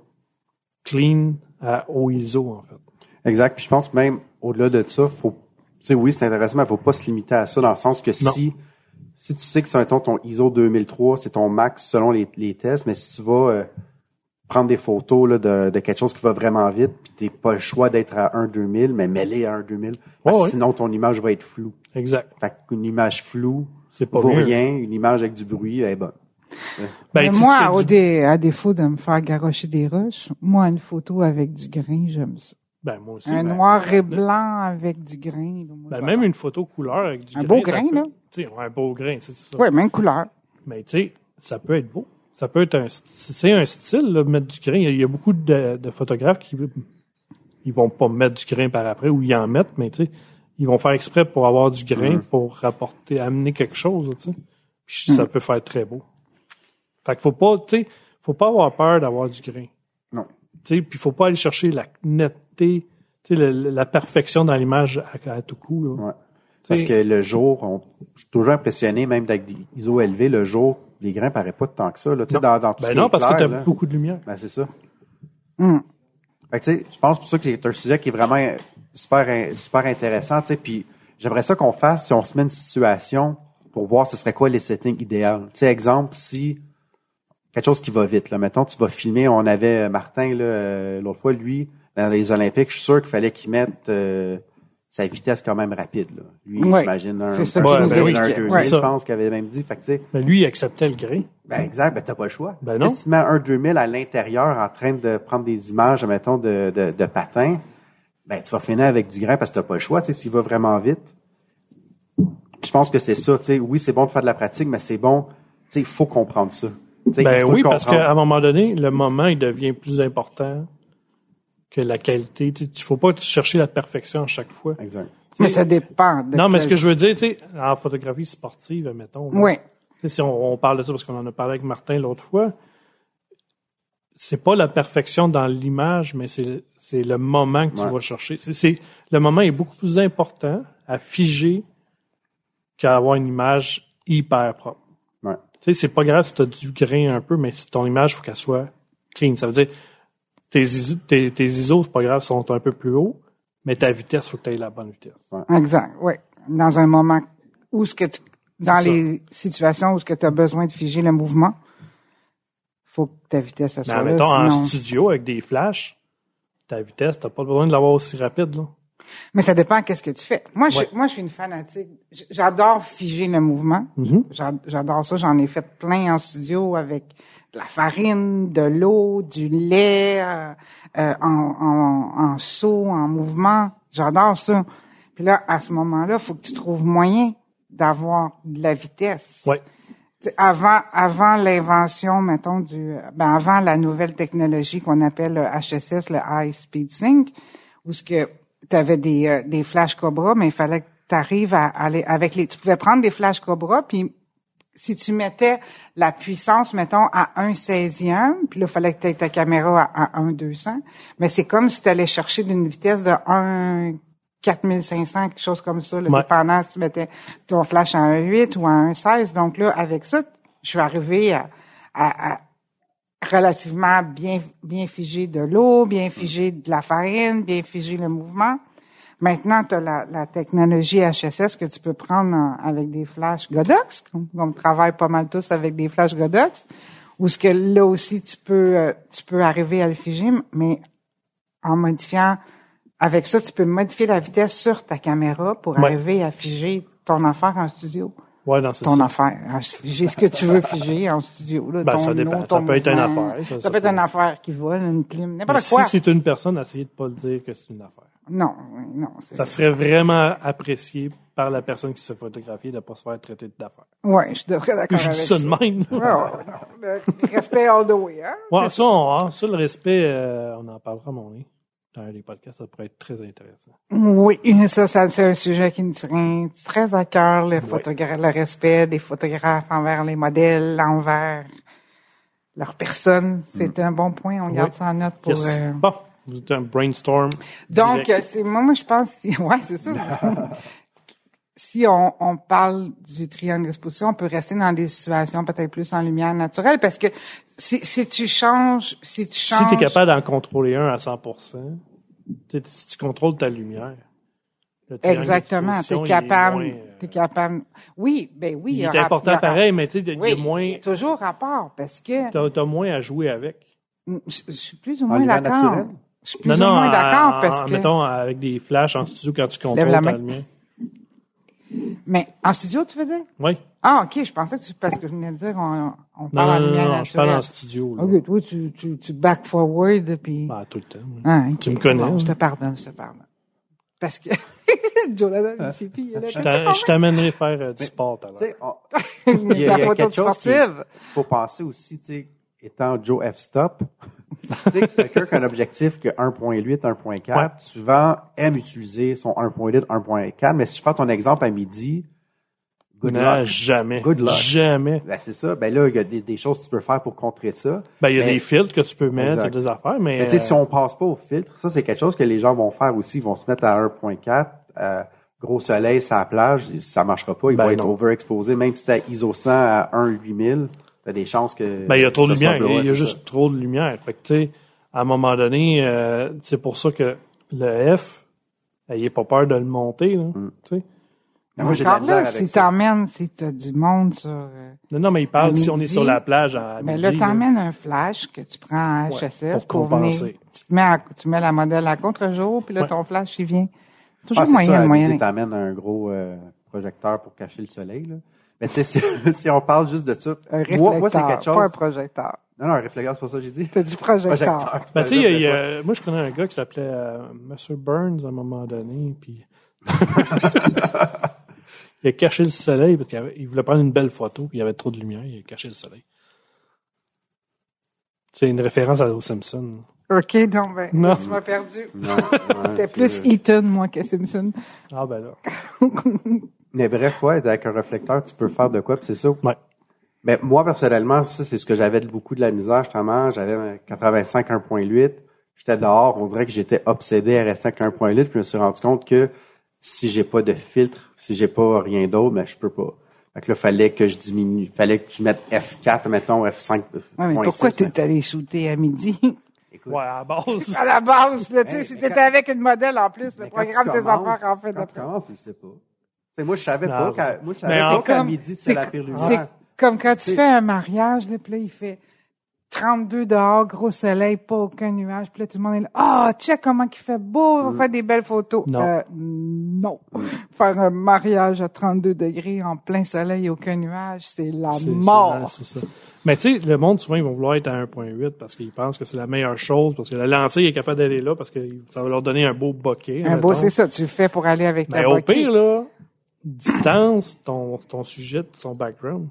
clean à haut ISO, en fait.
Exact. Puis je pense même au-delà de ça, faut. Tu sais, oui, c'est intéressant, mais faut pas se limiter à ça dans le sens que
Non.
si si tu sais que c'est mettons, ton ISO 2003, c'est ton max selon les, les tests, mais si tu vas euh, prendre des photos là, de, de quelque chose qui va vraiment vite, puis t'es pas le choix d'être à 1 2000, mais mêlé à 1 2000, parce
Ouais,
que
ouais.
sinon ton image va être floue.
Exact.
Fait qu'une image floue
C'est pas
vaut
mieux.
rien, une image avec du bruit elle est bonne.
Ben,
Mais
tu sais,
moi,
c'est
au
du-
dé- à défaut de me faire garrocher des roches, moi, une photo avec du grain, j'aime ça.
ben, moi aussi.
Un
ben,
noir et blanc avec du grain. là, moi,
ben,
j'adore.
même une photo couleur avec du
Un beau
ça
grain,
peut-
là.
Tu sais, un beau grain, c'est ça.
Ouais, même couleur.
Mais Ben, tu sais, ça peut être beau. Ça peut être un st- c'est un style là, de mettre du grain. Il y a- il y a beaucoup de, de photographes qui ils vont pas mettre du grain par après ou ils en mettent, mais tu sais, ils vont faire exprès pour avoir du
Mm.
grain pour rapporter, amener quelque chose, tu sais. Puis
Mm.
ça peut faire très beau. Fait qu'il faut pas, tu sais, faut pas avoir peur d'avoir du grain.
Non.
Tu sais, puis faut pas aller chercher la netteté, tu sais, le- le- la perfection dans l'image à, à tout coup. là.
Ouais. Parce
Tu
que
sais,
le jour, on, je suis toujours impressionné, même avec des ISO élevés, le jour, les grains paraissent pas tant que ça. Là, Tu sais,
Non.
dans, dans tout ce
ben
qui
non,
est
parce que
clair,
t'as
là.
beaucoup de lumière.
Ben, c'est ça.
Hum.
Fait que, tu sais, je pense pour ça que c'est un sujet qui est vraiment euh, super, in- super intéressant, tu sais, puis j'aimerais ça qu'on fasse, si on se met une situation pour voir ce serait quoi les settings idéales. Tu sais, exemple, si quelque chose qui va vite, là, mettons, tu vas filmer, on avait euh, Martin, là, euh, l'autre fois, lui, dans les Olympiques, je suis sûr qu'il fallait qu'il mette euh, sa vitesse quand même rapide, là. Lui,
Ouais.
j'imagine, un,
C'est ça
un,
qu'il nous
un- un
expliquait.
deuxième,
Ouais.
je pense, qu'il avait même dit, fait que, tu sais,
Mais Ben lui, il acceptait le grain.
ben exact, ben t'as pas le choix.
Ben
Tu sais,
non.
Si tu mets un 2000 à l'intérieur en train de prendre des images, mettons, de, de, de patins, ben tu vas finir avec du grain parce que t'as pas le choix, tu sais, s'il va vraiment vite. Je pense que c'est ça, tu sais, oui, c'est bon de faire de la pratique, mais c'est bon, tu sais, il faut comprendre ça. Tu sais, il
Ben
faut
oui,
le
parce
comprendre.
qu'à un moment donné, le moment, il devient plus important que la qualité. Tu ne faut pas chercher la perfection à chaque fois.
Exact.
Mais ça dépend. de
Non, mais ce
quel-
que je veux dire, tu sais, en photographie sportive, mettons, là,
Oui.
tu sais, si on, on parle de ça parce qu'on en a parlé avec Martin l'autre fois, c'est pas la perfection dans l'image, mais c'est c'est le moment que tu
Ouais.
vas chercher. C'est- c'est- le moment est beaucoup plus important à figer qu'à avoir une image hyper propre.
Ouais.
Tu sais, c'est pas grave si t'as du grain un peu, mais si ton image, faut qu'elle soit clean. Ça veut dire, tes ISO, tes, tes ISO, c'est pas grave, sont un peu plus hauts, mais ta vitesse, faut que t'aies la bonne vitesse.
Exact, oui. Dans un moment où ce que tu, dans
C'est ça.
les situations où ce que tu as besoin de figer le mouvement, faut que ta vitesse elle
Mais
soit là,
Ben, mettons, en
sinon-
studio, avec des flashs, ta vitesse, t'as pas besoin de l'avoir aussi rapide, là.
Mais ça dépend qu'est-ce que tu fais. Moi, je,
Ouais.
moi, je suis une fanatique. J- J'adore figer le mouvement. J'a- J'adore ça. J'en ai fait plein en studio avec de la farine, de l'eau, du lait, euh, euh, en, en, en saut, en mouvement. J'adore ça. Puis là, à ce moment-là, faut que tu trouves moyen d'avoir de la vitesse.
Ouais.
T'sais, avant avant l'invention mettons du ben avant la nouvelle technologie qu'on appelle le HSS le high speed sync où ce que tu avais des euh, des flash cobra mais il fallait que tu arrives à aller avec les tu pouvais prendre des flash cobra puis si tu mettais la puissance, mettons, à 1 16e, puis là, il fallait que tu aies ta caméra à, à 1 200, mais c'est comme si tu allais chercher d'une vitesse de 1 4500, quelque chose comme ça, le
Ouais.
dépendant si tu mettais ton flash à 1 8 ou à 1 16. Donc là, avec ça, je suis arrivé à, à- à relativement bien, bien figé de l'eau, bien figé de la farine, bien figé le mouvement. Maintenant, tu as la, la technologie HSS que tu peux prendre en- avec des flashs Godox. On, on travaille pas mal tous avec des flashs Godox. Ou ce que là aussi, tu peux, euh, tu peux arriver à le figer, mais en modifiant, avec ça, tu peux modifier la vitesse sur ta caméra pour
Ouais.
arriver à figer ton affaire en studio.
Ouais, dans ce
Ton affaire, à figer ce que tu veux figer en studio. Là,
Ben,
ton
ça
nom,
dépend.
ton
Ça peut être une
mouvement.
affaire, ça,
Ça,
ça
peut être
peut-
une affaire qui vole, une plume,
Mais
n'importe
si
quoi.
c'est une personne, essayez de pas le dire que c'est une affaire.
non, non. c'est-
Ça serait vraiment apprécié par la personne qui se fait photographier de pas se faire traiter d'affaire.
Ouais, je suis très d'accord
Je
avec
dis ça
ça.
de même.
Ouais, ouais, ouais. Le respect all the way, hein?
Ouais, ça, on- ça, le respect, euh, on en parlera, mon ami. dans les podcasts, ça pourrait être très intéressant.
Oui, ça, ça, c'est un sujet qui me tient très à cœur, le, photogra- le respect des photographes envers les modèles, envers leur personne. C'est un bon point, on garde ça en note pour...
Mm. Yes.
euh,
Bon, vous êtes un brainstorm.
Donc,
direct.
euh, c'est moi, moi, je pense, si, ouais, c'est ça. si on, on parle du triangle d'exposition, on peut rester dans des situations peut-être plus en lumière naturelle, parce que si, si tu changes, si tu changes,
si tu es capable d'en contrôler un à 100 tu sais, si tu contrôles ta lumière. le triangle
exactement, t'es
d'exposition, il est
capable,
moins, euh,
t'es capable. Oui, ben oui,
Il est
y aura- il y
important
aura-
pareil, mais tu sais, il y a- il y a
Oui,
moins.
toujours rapport, parce que
T'as t'as moins à jouer avec.
je, je suis plus ou
En
moins
lumière
d'accord.
naturelle?
Je suis plus ou moins
en-
d'accord
en-
parce
en-
que.
Mettons, avec des flashs en studio quand tu contrôles
Lève la
ta
main.
lumière.
Mais en studio, tu veux dire?
Oui.
Ah, ok, je pensais que tu, parce que je venais de dire, on, on
Non,
parle en
non, non,
lumière
non,
naturelle.
je parle en studio. là.
Ok, toi, tu, tu, tu back forward, puis...
Ah, tout le temps. oui.
Ah, ok,
tu me
c'est
connais,
bon,
hein.
je te pardonne, je te pardonne. Parce que... Jonathan, il suffit, il est là.
Je t'a- Je t'amènerai faire euh, du
Ah Mais-
sport tout à l'heure.
Tu sais, on-
Mais
il y a-
ta
il y a
photo
quelque
de
chose qui-
sportive.
faut penser aussi, tu sais, étant Joe F. Stop, tu sais, quelqu'un qui a un objectif que 1.8, 1.4,
Ouais.
souvent aime utiliser son 1.8, 1.4, mais si je prends ton exemple à midi, good
Non,
luck.
jamais.
Good luck.
Jamais.
Ben, c'est ça. Ben là, il y a des, des choses que tu peux faire pour contrer ça.
Ben, il y a
Mais-
des filtres que tu peux mettre,
Exact.
il y a des affaires, mais.
Mais tu sais,
euh,
si on passe pas au filtre, ça, c'est quelque chose que les gens vont faire aussi. Ils vont se mettre à 1.4, euh, gros soleil, ça la plage, ça marchera pas. Ils
Ben
vont être
non.
overexposés. Même si t'as ISO 100 à 1.8000, t'as des chances que...
Ben, il y a trop de
ça soit
lumière.
bleu,
Il y a
ouais, c'est
juste trop de lumière. Fait que, tu sais, à un moment donné, euh, c'est pour ça que le F, n'ayez pas peur de le monter, là.
Mm.
Tu sais.
ça. Moi, j'ai de la
Encore
misère
là,
avec
si
ça.
t'emmènes, si t'as du monde sur... euh,
Non, non, mais il
À
parle si on est
midi,
sur la plage à
Ben
midi,
là,
là.
t'emmènes un flash que tu prends à HSS pour,
pour
venir.
compenser.
Tu, te mets à- tu mets la modèle à contre-jour, puis là,
Ouais.
ton flash, il vient.
Ah,
Toujours
c'est
moyen,
ça, à
moyen.
midi, t'amènes un gros euh, projecteur pour cacher le soleil. Là. Mais tu sais, si, si on parle juste de ça,
Un réflecteur,
moi, moi c'est quelque chose...
pas un projecteur.
Non, non, un réflecteur, c'est pas ça que j'ai dit.
T'as dit projecteur.
c'est
Ben,
pas-
tu sais, il y a-
je-
il y a- moi, je connais un gars qui s'appelait euh, Monsieur Burns à un moment donné, puis il a caché le soleil parce qu'il avait- il voulait prendre une belle photo, puis il y avait trop de lumière, il a caché le soleil. C'est une référence à aux Simpsons.
OK, donc, ben,
Non.
tu m'as perdu.
Non, ouais,
C'était
Mm. c'est-
plus Eaton, moi, que Simpson.
Ah ben là.
Mais bref, ouais, avec un réflecteur, tu peux faire de quoi, puis c'est ça.
Ouais.
Mais moi, personnellement, ça, c'est ce que j'avais de beaucoup de la misère, justement. J'avais un 85, 1.8. J'étais dehors, on dirait que j'étais obsédé à rester avec 1.8, puis je me suis rendu compte que si j'ai pas de filtre, si j'ai pas rien d'autre, ben, je peux pas. Fait que là, fallait que je diminue, fallait que je mette F4, mettons, euh, F5.
Ouais, mais pourquoi t'es allé shooter à midi?
Écoute,
Ouais, à la base.
À la base, là, tu sais,
Hey,
si
mais
t'étais
Eh, quand-
avec une modèle en plus,
mais
le
quand tu
programme tes
commences-
enfants en fait
Quand tu
d'après.
commences, tu sais pas. Tu sais, moi, je savais
Non,
pas
c'est
qu'à,
ça.
moi, je
Mais
savais
en-
pas qu'à
comme-
midi, c'était
c'est-
la pire
C'est
lumière.
comme quand tu
C'est-
fais un mariage, là, puis là, il fait 32 dehors, gros soleil, pas aucun nuage, puis là, tout le monde est là, ah, check comment il fait beau,
Mm.
on va faire des belles photos.
Non.
Euh, non. Faire un mariage à 32 degrés, en plein soleil, aucun nuage, c'est la
c'est- c'est-
mort.
C'est ça. Mais tu sais, le monde, souvent, ils vont vouloir être à 1.8 parce qu'ils pensent que c'est la meilleure chose, parce que la lentille est capable d'aller là, parce que ça va leur donner un beau bokeh.
un Eh, beau,
mettons.
c'est ça, tu le fais pour aller avec
Mais
ta
Ben, au
boquille.
pire, là, distance ton, ton sujet de son background.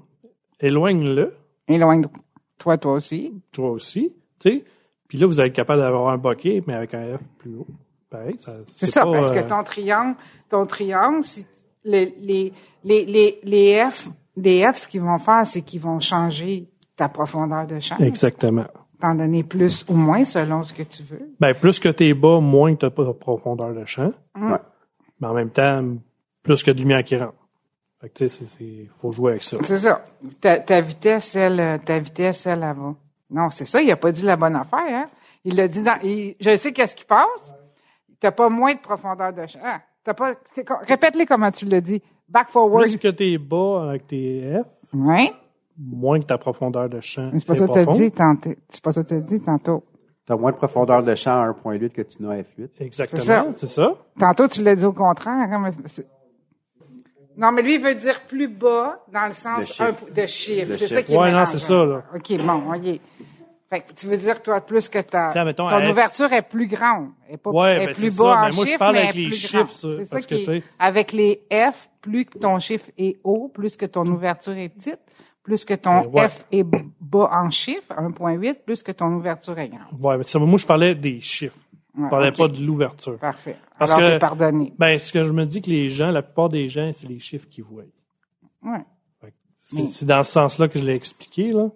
Éloigne-le,
Éloigne-toi, toi aussi.
toi aussi, tu sais. Puis là, vous allez être capable d'avoir un bokeh, mais avec un F plus haut. Pareil, ça,
C'est ça,
pas,
parce que
euh,
ton triangle, ton triangle, si les, les, les, les, les F, les F, ce qu'ils vont faire, c'est qu'ils vont changer ta profondeur de champ,
Exactement.
t'en donner plus ou moins selon ce que tu veux.
Ben, plus que t'es bas, moins que t'as pas de profondeur de champ.
Mm.
Ouais.
Mais en même temps, plus que de lumière qui rentre. Fait que, tu sais, c'est- c'est- faut jouer avec ça.
C'est ça. Ta, ta vitesse, elle, ta vitesse, elle, elle va. Non, c'est ça, il a pas dit la bonne affaire, hein. Il l'a dit dans, il- je sais qu'est-ce qu'il pense. T'as pas moins de profondeur de champ. Ah, T'as pas, répète-les comment tu l'as dit. Back forward.
Plus que t'es bas avec tes F,
Ouais.
moins que ta profondeur de champ.
Mais c'est pas
est
ça que t'as
profonde.
dit tantôt. C'est pas ça que t'as dit tantôt.
T'as moins de profondeur de champ à 1.8 que tu n'as à F8.
C'est ça.
Exactement, c'est ça.
Tantôt, tu l'as dit au contraire. hein, mais c'est- non, mais lui, il veut dire plus bas, dans le
Le
sens
chiffre.
un p- de chiffre.
Le
C'est ça
chiffre.
qui est
Ouais, non,
mélangeant.
c'est ça, là.
OK, bon, OK. Fait que tu veux dire, toi, plus que ta...
Tiens, mettons,
ton
elle-
ouverture est plus grande. Elle est, pas,
Ouais,
est
ben,
plus
c'est
bas
ça,
en
mais moi, je
chiffre,
parle
mais
avec
elle est
les
plus
chiffres,
grande.
ça,
C'est ça
parce
qui
que,
est-
tu sais-
Avec les F, plus que ton chiffre est haut, plus que ton ouverture est petite, plus que ton
Ben, ouais.
F est b- bas en chiffre, 1.8, plus que ton ouverture est grande.
Ouais, mais ça, moi, je parlais des chiffres. Je parlais
ok.
pas de l'ouverture.
Parfait.
Parce
Alors,
que-
que... pardonné.
Ben, ce que je me dis que les gens, la plupart des gens, c'est les chiffres qu'ils voient.
Ouais.
Fait que
Mais-
C'est c'est dans ce sens-là que je l'ai expliqué, là.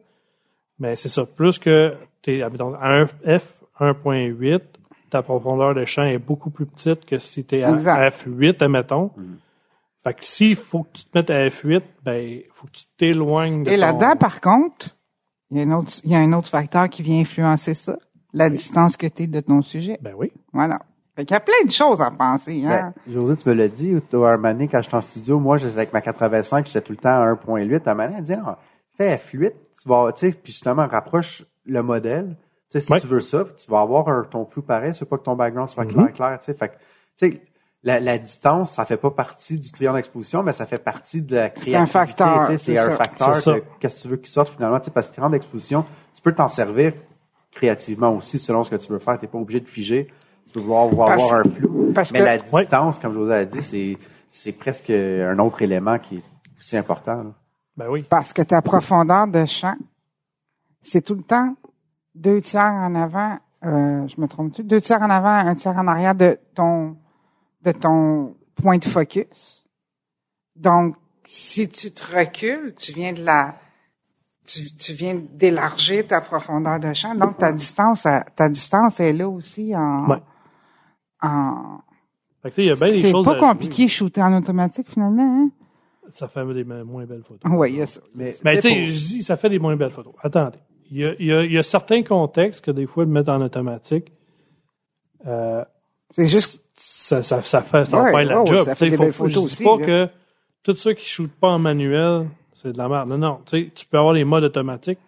Mais c'est ça. Plus que t'es, admettons, à un F 1.8, ta profondeur de champ est beaucoup plus petite que si t'es à
Exact. Mm.
F8, admettons. Fait que s'il faut que tu te mettes à F8, ben, faut que tu t'éloignes de
Et
ton-
là-dedans, par contre, il y, a un autre, il y a un autre facteur qui vient influencer ça. La distance que tu es de ton sujet.
Ben oui.
Voilà. Fait qu'il y a plein de choses à penser. Hein?
Ben, Josée, tu me l'as dit, toi, à un moment donné, quand j'étais en studio, moi, j'étais avec ma 85, j'étais tout le temps à 1.8. À un moment donné, elle dit, non, fais F8, tu vas, tu sais, puis justement, rapproche le modèle. Tu sais, si
Ouais. Mm-hmm.
tu veux ça, puis tu vas avoir un, ton flou pareil, c'est pas que ton background soit clair, clair, tu sais. Fait que, tu sais, la, la distance, ça fait pas partie du client d'exposition, mais ça fait partie de la créativité.
un facteur,
tu sais,
c'est
C'est un
ça.
facteur
C'est ça.
de qu'est-ce que tu veux qu'il sorte finalement, tu sais, parce que client d'exposition, tu peux t'en servir créativement aussi selon ce que tu veux faire. T'es pas obligé de figer. Tu peux voir, voir
Parce-
avoir un flou.
parce
mais
que-
la distance, comme José a dit, c'est, c'est presque un autre élément qui est aussi important. là.
Ben oui.
Parce que ta profondeur de champ, c'est tout le temps deux tiers en avant, euh, je me trompe-tu, deux tiers en avant, un tiers en arrière de ton, de ton point de focus. Donc, si tu te recules, tu viens de la, tu, tu viens d'élargir ta profondeur de champ. Donc, ta distance, euh, ta distance est là aussi en,
Ouais.
en,
Fait que, tu sais, il y a bien des
c'est
choses.
pas
à jouer.
compliqué shooter en automatique finalement,
Ça fait des moins belles photos.
hein? Ouais, il y a ça.
Mais,
Mais Ben, tu sais,
pour-
je dis, ça fait des moins belles photos. Attendez. Il y a, il y a- il y a certains contextes que des fois, de mettre en automatique, euh,
C'est juste,
ça, ça, ça fait, ça
Ouais,
fait la
ouais,
job.
ça fait
Tu sais,
des
faut-
belles
faut- je dis
photos aussi,
pas
là.
que tous ceux qui shootent pas en manuel, c'est de la merde. Non, non. Tu sais, tu peux avoir les modes automatiques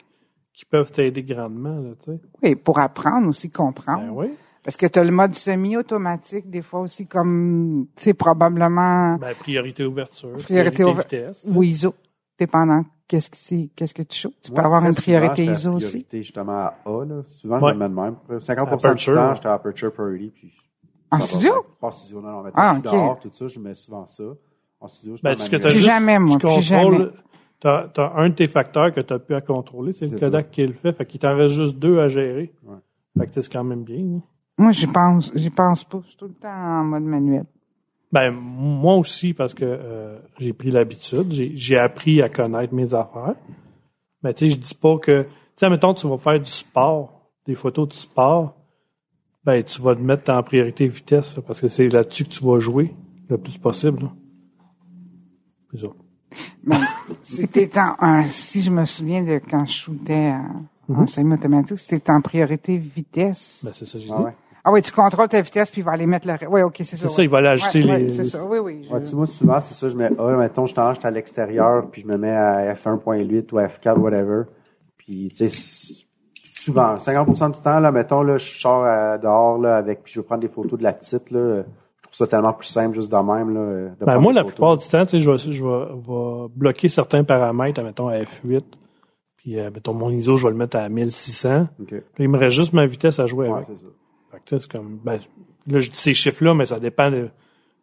qui peuvent t'aider grandement. Là, tu sais.
oui, pour apprendre aussi, comprendre.
ben oui.
Parce que tu as le mode semi-automatique, des fois aussi, comme, tu sais, probablement,
Ben, priorité ouverture,
Priorité
priorité,
ouver-
vitesse.
ou ISO, dépendant qu'est-ce que c'est, qu'est-ce que tu shoots. Tu
moi,
peux avoir
très
une
souvent,
priorité
j'étais à
ISO aussi.
priorité justement à A, là. Souvent,
Ouais.
je me euh, mets de même. 50%
Aperture,
du temps,
ouais.
j'étais à Aperture Priority. Puis
En
ça va
studio?
bien. Pas en studio, non, non. Mais
Ah,
je suis
ok.
dehors, tout ça, je mets souvent ça. En studio, je
Ben,
suis en
ce que t'as
manuel.
Plus
juste,
jamais, moi,
tu
plus jamais.
contrôles, t'as, t'as un de tes facteurs que t'as pu à contrôler, c'est le
C'est
Kodak qui le fait, fait qu'il t'en reste juste deux à gérer.
Ouais.
Fait que c'est quand même bien. hein.
Moi, j'y pense, j'y pense pas. Je suis tout le temps en mode manuel.
Ben, moi aussi, parce que euh, j'ai pris l'habitude, j'ai, j'ai appris à connaître mes affaires. Mais tu sais, je dis pas que. Tu sais, mettons, tu vas faire du sport, des photos de sport, ben, tu vas te mettre en priorité vitesse, là, parce que c'est là-dessus que tu vas jouer le plus possible. là. C'est ça.
C'était en, en- si je me souviens de quand je shootais en, en semi-automatique, c'était en priorité vitesse.
Ben, c'est ça, que j'ai
Ah
dit.
ouais.
Ah oui, tu contrôles ta vitesse puis il va aller mettre le, re- ouais, ok, c'est ça.
C'est ça, il va aller ajouter
Ouais, ouais,
les-
c'est ça, oui, oui. je-
Ouais, tu vois, souvent, c'est ça, je mets A, mettons, je t'arrange, j'étais à l'extérieur, puis je me mets à F1.8 ou à F4, whatever. Puis, tu sais, c'est- souvent, 50% du temps, là, mettons, là, je sors à- dehors, là, avec, puis je vais prendre des photos de la petite, là. Je trouve ça tellement plus simple, juste de même, là. de
Ben,
prendre
moi,
des
la
photos.
plupart du temps, tu sais, je vais, je vais- vais bloquer certains paramètres, mettons à F8, puis euh, mettons mon ISO, je vais le mettre à 1600.
Ok.
Puis il me reste juste ma vitesse à jouer
Ouais,
avec.
c'est ça.
Fait que, tu sais, c'est comme, ben, là, je dis ces chiffres-là, mais ça dépend de-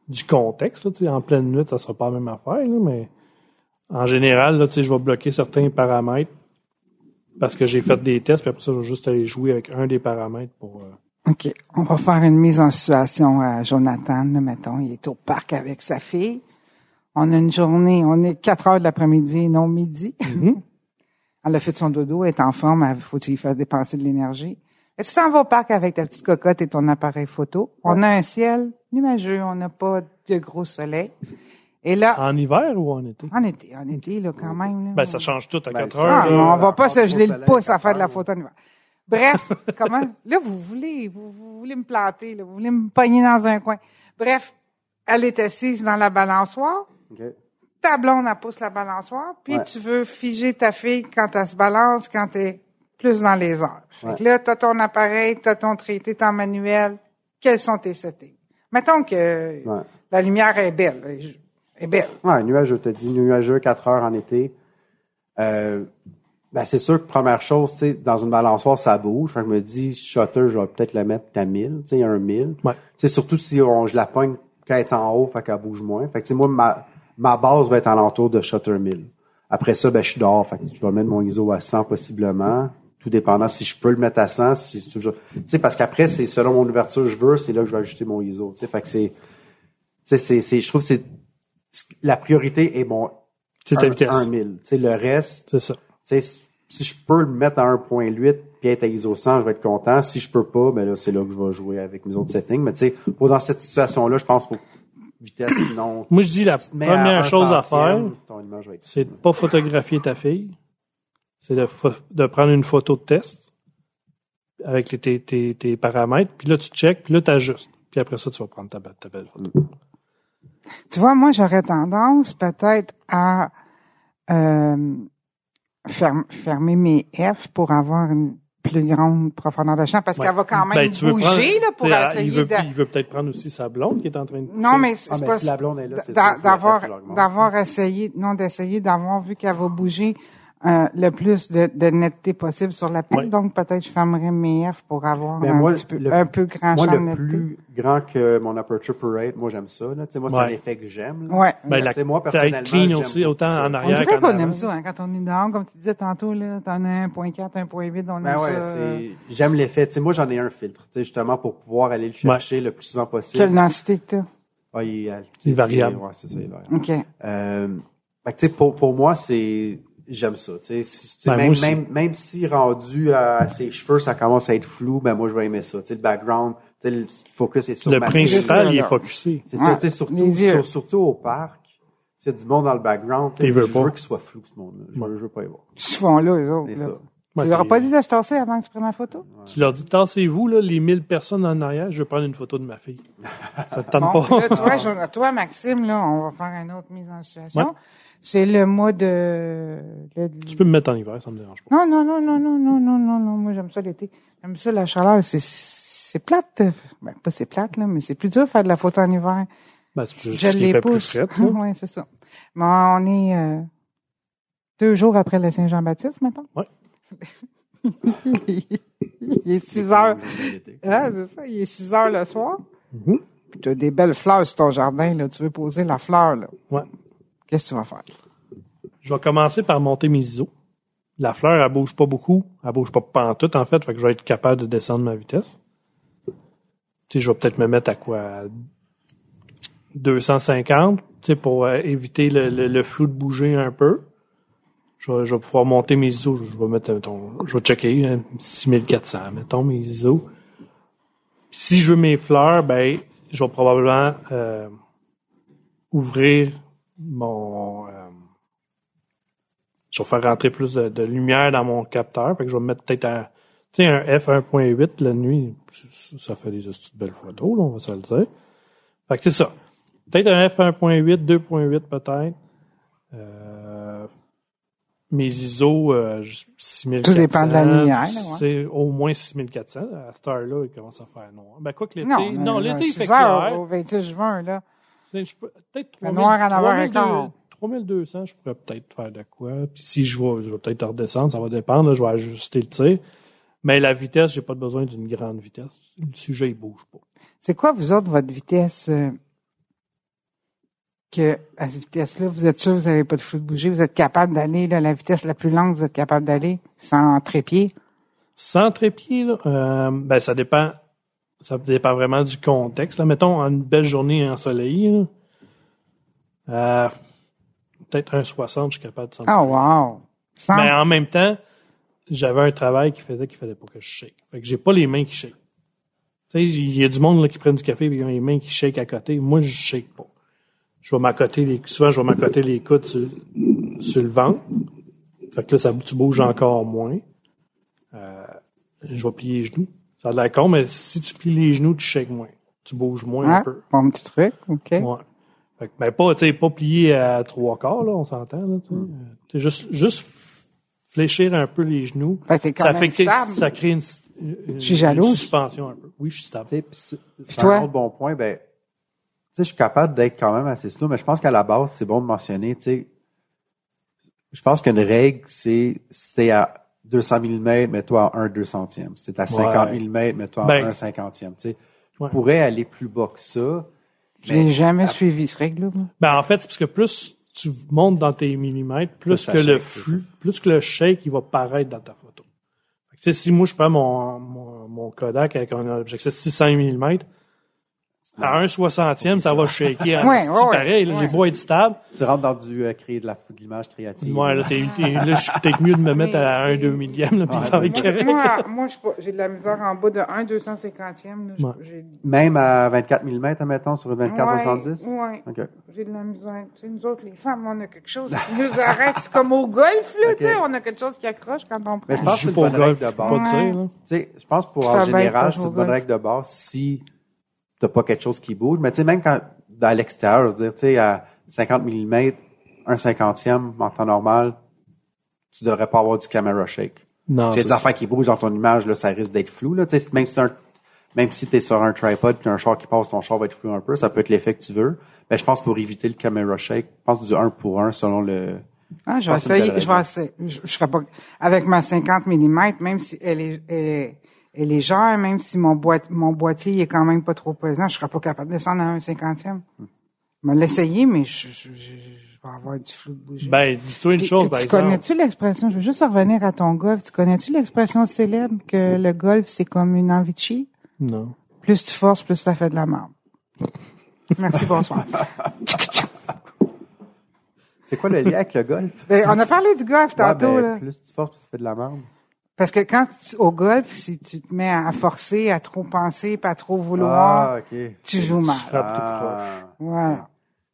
du contexte. Là, tu sais. en pleine nuit, ça sera pas la même affaire, là, mais en général, là, tu sais, je vais bloquer certains paramètres parce que j'ai fait des tests, puis après ça, je vais juste aller jouer avec un des paramètres pour... euh,
OK. On va faire une mise en situation à Jonathan, là, mettons. Il est au parc avec sa fille. On a une journée, on est 4 heures de l'après-midi, non midi.
Mm-hmm.
Elle a fait son dodo, elle est en forme, il faut qu'il fasse dépenser de l'énergie. Et tu t'en vas au parc avec ta petite cocotte et ton appareil photo. On a un ciel nuageux, on n'a pas de gros soleil. Et là,
En hiver ou en été?
en été, en été, là, quand même. Là,
Ah. Ben, ça change tout à
Ben,
4
ça,
heures.
ah,
Euh,
non,
là.
on va pas
encore
se
du
geler
beau
le pouce
soleil,
à faire de la
quatre
photo en hiver. Bref, comment? Là, vous voulez, vous, vous voulez me planter, là, vous voulez me pogner dans un coin. Bref, elle est assise dans la balançoire.
Ok.
Ta blonde, elle pousse la balançoire. Puis
Ouais.
tu veux figer ta fille quand elle se balance, quand t'es plus dans les heures. Fait que là, t'as ton appareil, t'as ton traité, ton manuel. Quels sont tes settings? Mettons que
Ouais.
la lumière est belle. là, je- Est belle.
Ouais, nuageux, t'as dit nuageux, 4 heures en été. Euh, ben, c'est sûr que première chose, tu sais, dans une balançoire, ça bouge. Fait que je me dis, shutter, je vais peut-être le mettre à 1000, tu sais, un 1000.
Ouais.
Tu sais, surtout si on, je la pogne quand elle est en haut, fait qu'elle bouge moins. Fait que, tu sais, moi, ma, ma base va être alentour de shutter 1000. Après ça, ben, je suis dehors. Fait que je vais mettre mon ISO à 100 possiblement. tout dépendant si je peux le mettre à 100, si tu sais parce qu'après c'est selon mon ouverture que je veux, c'est là que je vais ajuster mon ISO, tu sais fait que c'est tu sais c'est c'est je trouve que c'est la priorité est mon
C'est ta vitesse.
1000, tu sais le reste,
C'est ça.
tu sais si je peux le mettre à 1.8 puis être à ISO 100, je vais être content, si je peux pas, ben là c'est là que je vais jouer avec mes autres settings, mais tu sais pour dans cette situation là, je pense pour vitesse sinon
Moi, je dis la
tu te mets
première
un
chose à faire,
centième, ton image va être-
c'est de pas photographier ta fille. C'est de, pho- de prendre une photo de test avec les- tes, tes- tes paramètres. Puis là, tu checkes, puis là, tu ajustes. Puis après ça, tu vas prendre ta, be- ta belle photo.
Tu vois, moi, j'aurais tendance peut-être à euh, ferm- fermer mes F pour avoir une plus grande profondeur de champ parce
Ouais.
qu'elle va quand même
Ben, tu veux
bouger
prendre-
là, pour
tu sais,
essayer
il veut,
de...
il veut peut-être prendre aussi sa blonde qui est en train de.
Non, mais c'est
Ah, ben,
pas...
si la blonde est là, c'est
d'a-
sûr que
d'avoir
la fête,
d'avoir essayé non d'essayer d'avoir vu qu'elle va bouger euh, le plus de, de netteté possible sur la pile
Ouais.
donc peut-être je fermerai mes F pour avoir
Ben,
un
moi,
petit peu
le-
un peu grand
Moi,
champ de
le
netteté.
plus grand que mon aperture peut être, moi, j'aime ça. Là. Tu sais, Moi, c'est un
Ouais.
effet que j'aime. là.
Ouais.
Ben, la-
Tu sais, moi,
ça va être
personnellement,
clean
j'aime
aussi, autant
ça.
en
on
arrière.
dirait
qu'en
qu'on
avant.
aime ça hein, quand on est dehors comme tu disais tantôt là t'en as 1.4 1.8 on
Ben
aime
ouais,
ça euh,
c'est- j'aime l'effet. Tu sais, moi, j'en ai un filtre, tu sais, justement, pour pouvoir aller le chercher le plus souvent
quelle
possible.
densité que t'as
Ah, il, euh,
Il est variable.
Ouais, c'est ça, il est variable.
ok
Euh, fait que, tu sais, pour, pour moi, c'est j'aime ça. tu sais. Si- tu sais,
Ben, moi
même,
aussi.
même, même si rendu à ses cheveux, ça commence à être flou, ben moi, je vais aimer ça. Tu sais, le background, tu sais, le focus est sur
Le
ma
principal, il est
figure.
focusé.
C'est
Ouais,
sûr, tu sais, surtout,
les yeux.
sur- surtout au parc. Il y a du monde dans le background. tu sais,
Il veut
je
pas.
veux qu'il soit flou, ce monde-là. Je, veux- je veux pas y voir.
ils se font là eux autres
C'est
là.
ça.
tu
Ouais,
leur as
t'es-
pas dit d'acheter assez avant que tu prennes la photo
Tu leur dis, tassez-vous, là, les 1000 personnes en arrière, je vais prendre une photo de ma fille. Ça te tente
Bon, ben
pas.
là, toi, Jo- toi, Maxime, là, on va faire une autre mise en situation.
Ouais.
C'est le mois de. le-
Tu peux me mettre en hiver, ça me dérange pas.
Non, non, non, non, non, non, non, non, non. Moi, j'aime ça l'été. J'aime ça la chaleur. C'est c'est plate. Ben, pas c'est plate, là, mais c'est plus dur de faire de la photo en hiver.
Ben, c'est juste
Je
ce qui
les
fait plus
pousse.
frais, là.
oui, c'est ça. Mais on est euh, deux jours après le Saint-Jean-Baptiste, maintenant.
Ouais.
Il est six heures.
L'été.
Ah, c'est ça. Il est 6 heures le soir.
Mhm.
Puis tu as des belles fleurs sur ton jardin, là. Tu veux poser la fleur, là.
Ouais.
Qu'est-ce que tu vas faire?
Je vais commencer par monter mes ISO. La fleur, elle bouge pas beaucoup. Elle bouge pas pantoute, en fait. Fait que je vais être capable de descendre ma vitesse. Tu sais, je vais peut-être me mettre à quoi? à 250, tu sais, pour euh, éviter le, le- le flou de bouger un peu. Je vais, je vais pouvoir monter mes ISO. Je vais mettre, mettons, je vais checker hein, 6400, mettons, mes ISO. Puis si je veux mes fleurs, ben, je vais probablement euh, ouvrir mon... euh, je vais faire rentrer plus de, de lumière dans mon capteur. Fait que je vais me mettre peut-être à. Tu sais, un F1.8 la nuit, ça ça fait des hosties de belles photos, là, on va se le dire. Fait que c'est ça. Peut-être un F1.8, 2.8 peut-être. Euh, mes ISO, euh, je- 6400.
Tout dépend de la lumière, là, ouais.
C'est au moins 6400. À cette heure-là, il commence à faire noir. Ben, quoi que l'été. Non,
euh,
l'été, il
six
fait
heures
clair.
Au 26 juin, là.
Ben, Je suis pas- Peut-être
Le
3000
noir à l'avant et
3200,
quart.
3200, je pourrais peut-être faire de quoi. Puis si je vais, je vais peut-être redescendre, ça va dépendre. là, je vais ajuster le tir. Mais la vitesse, j'ai pas besoin d'une grande vitesse. Le sujet, il bouge pas.
C'est quoi, vous autres, votre vitesse? euh, que, à cette vitesse-là, vous êtes sûr que vous n'avez pas de flou de bouger? Vous êtes capable d'aller, là, la vitesse la plus longue, que vous êtes capable d'aller sans trépied?
Sans trépied, là, euh, ben, ça dépend. Ça dépend vraiment du contexte. là. Mettons, en une belle journée ensoleillée, là, euh, peut-être un 60, je suis capable de s'en
Ah, wow! Sans,
Mais en même temps, j'avais un travail qui faisait qu'il fallait pas que je shake. Fait que j'ai pas les mains qui shake. Tu sais, il y a du monde là, qui prennent du café et ils ont les mains qui shake à côté. Moi, je shake pas. Je vais m'accoter les souvent je vais m'accoter les coudes sur, sur le ventre. Fait que là, ça tu bouges encore moins. Euh, je vais plier les genoux. Ça a l'air con, mais si tu plies les genoux, tu shakes moins. Tu bouges moins
hein?
un peu.
Bon petit truc, OK.
Ouais. Fait que, ben, pas, tu sais, pas plié à trois quarts, là, on s'entend, là,
Mm.
tu sais. Euh, tu sais, juste, juste fléchir un peu les genoux.
Ben, t'es quand
ça
même
fait que
stable.
ça crée une, une- une
suis jalouse.
suspension un peu. Oui, je suis stable.
Tu sais, pis c'est- c'est
toi?
un autre bon point. Ben, tu sais, je suis capable d'être quand même assez slow, mais je pense qu'à la base, c'est bon de mentionner. tu sais, Je pense qu'une règle, c'est si t'es à 200 mm, mets-toi à 1 200e. Si t'es à 50
Ouais.
mm, mets-toi à
Ben.
1 50e. Tu sais, Je
Ouais.
pourrais aller plus bas que ça.
Je l'ai
mais-
jamais suivi, ce règle-là. moi.
Ben, en fait, c'est parce que plus tu montes dans tes millimètres, plus
ça
que le
shake, c'est
flux, plus que le shake, il va paraître dans ta photo. Fait Fait que, tu sais, si moi, je prends mon, mon, mon Kodak avec un objectif 600 mm, à 1 soixantième, ça va shaker.
Ah.
en
Ouais,
esti,
ouais, ouais.
pareil, là, j'ai
Ouais.
beau être stable.
Tu rentres dans du euh, créer de la de l'image créative.
Moi, là, t'es, t'es- là, je suis peut-être mieux de me mettre à 1 2 millième, là, puis
Ouais.
ça va être
Moi,
correct.
moi, moi, je suis pas- j'ai de la misère en bas de 1 250e. Là, je-
Ouais.
j'ai-
Même à 24 mm, admettons, sur une 24-70?
Ouais, ouais.
OK.
J'ai de la misère. Tu sais, nous autres, les femmes, on a quelque chose qui nous arrête. C'est comme au golf, là,
Ok.
tu sais, on a quelque chose qui accroche quand on prend.
Mais je pense que
Je
c'est
joue
une
pas au
bonne
golf,
règle
je
de
joue pas
base.
de tir, là.
Tu sais, je pense pour
Ça va
en
être pas
général, c'est
jouer
une
au
bonne
golf.
règle de base si t'as pas quelque chose qui bouge. Mais tu sais, même quand à l'extérieur, je veux dire, tu sais, à 50 mm, un cinquantième en temps normal, tu devrais pas avoir du camera shake.
Non,
C'est des affaires qui bougent dans ton image, là, ça risque d'être flou. Là. Tu sais, Même si tu même si t'es sur un tripod puis un char qui passe, ton char va être flou un peu, ça peut être l'effet que tu veux. Mais je pense pour éviter le camera shake, je pense du 1 pour 1 selon le.
Ah, je
Je
vais
pense que c'est une
essayer,
belle
je vais
raison.
essayer. Je, je serais pas, avec ma 50 mm, même si elle est, elle est, elle est légère, même si mon boîte, mon boîtier il est quand même pas trop pesant, je serais pas capable de descendre à un cinquantième. Je vais l'essayer, mais je, je, je, je vais avoir du flou de bouger.
Ben, dis-toi une
Et-
chose,
et
par
tu
exemple.
connais-tu l'expression, je veux juste revenir à ton golf, tu connais-tu l'expression célèbre que le golf, c'est comme une envie de chier?
Non.
Plus tu forces, plus ça fait de la merde. Merci, bonsoir.
C'est quoi le lien avec le golf?
Ben, on a parlé du golf
Ouais,
tantôt,
ben,
là.
Plus tu forces, plus tu fais de la merde.
Parce que quand tu, au golf, si tu te mets à, à forcer, à trop penser, pas à trop vouloir,
Ah, ok.
tu joues mal.
frappes tout
Voilà.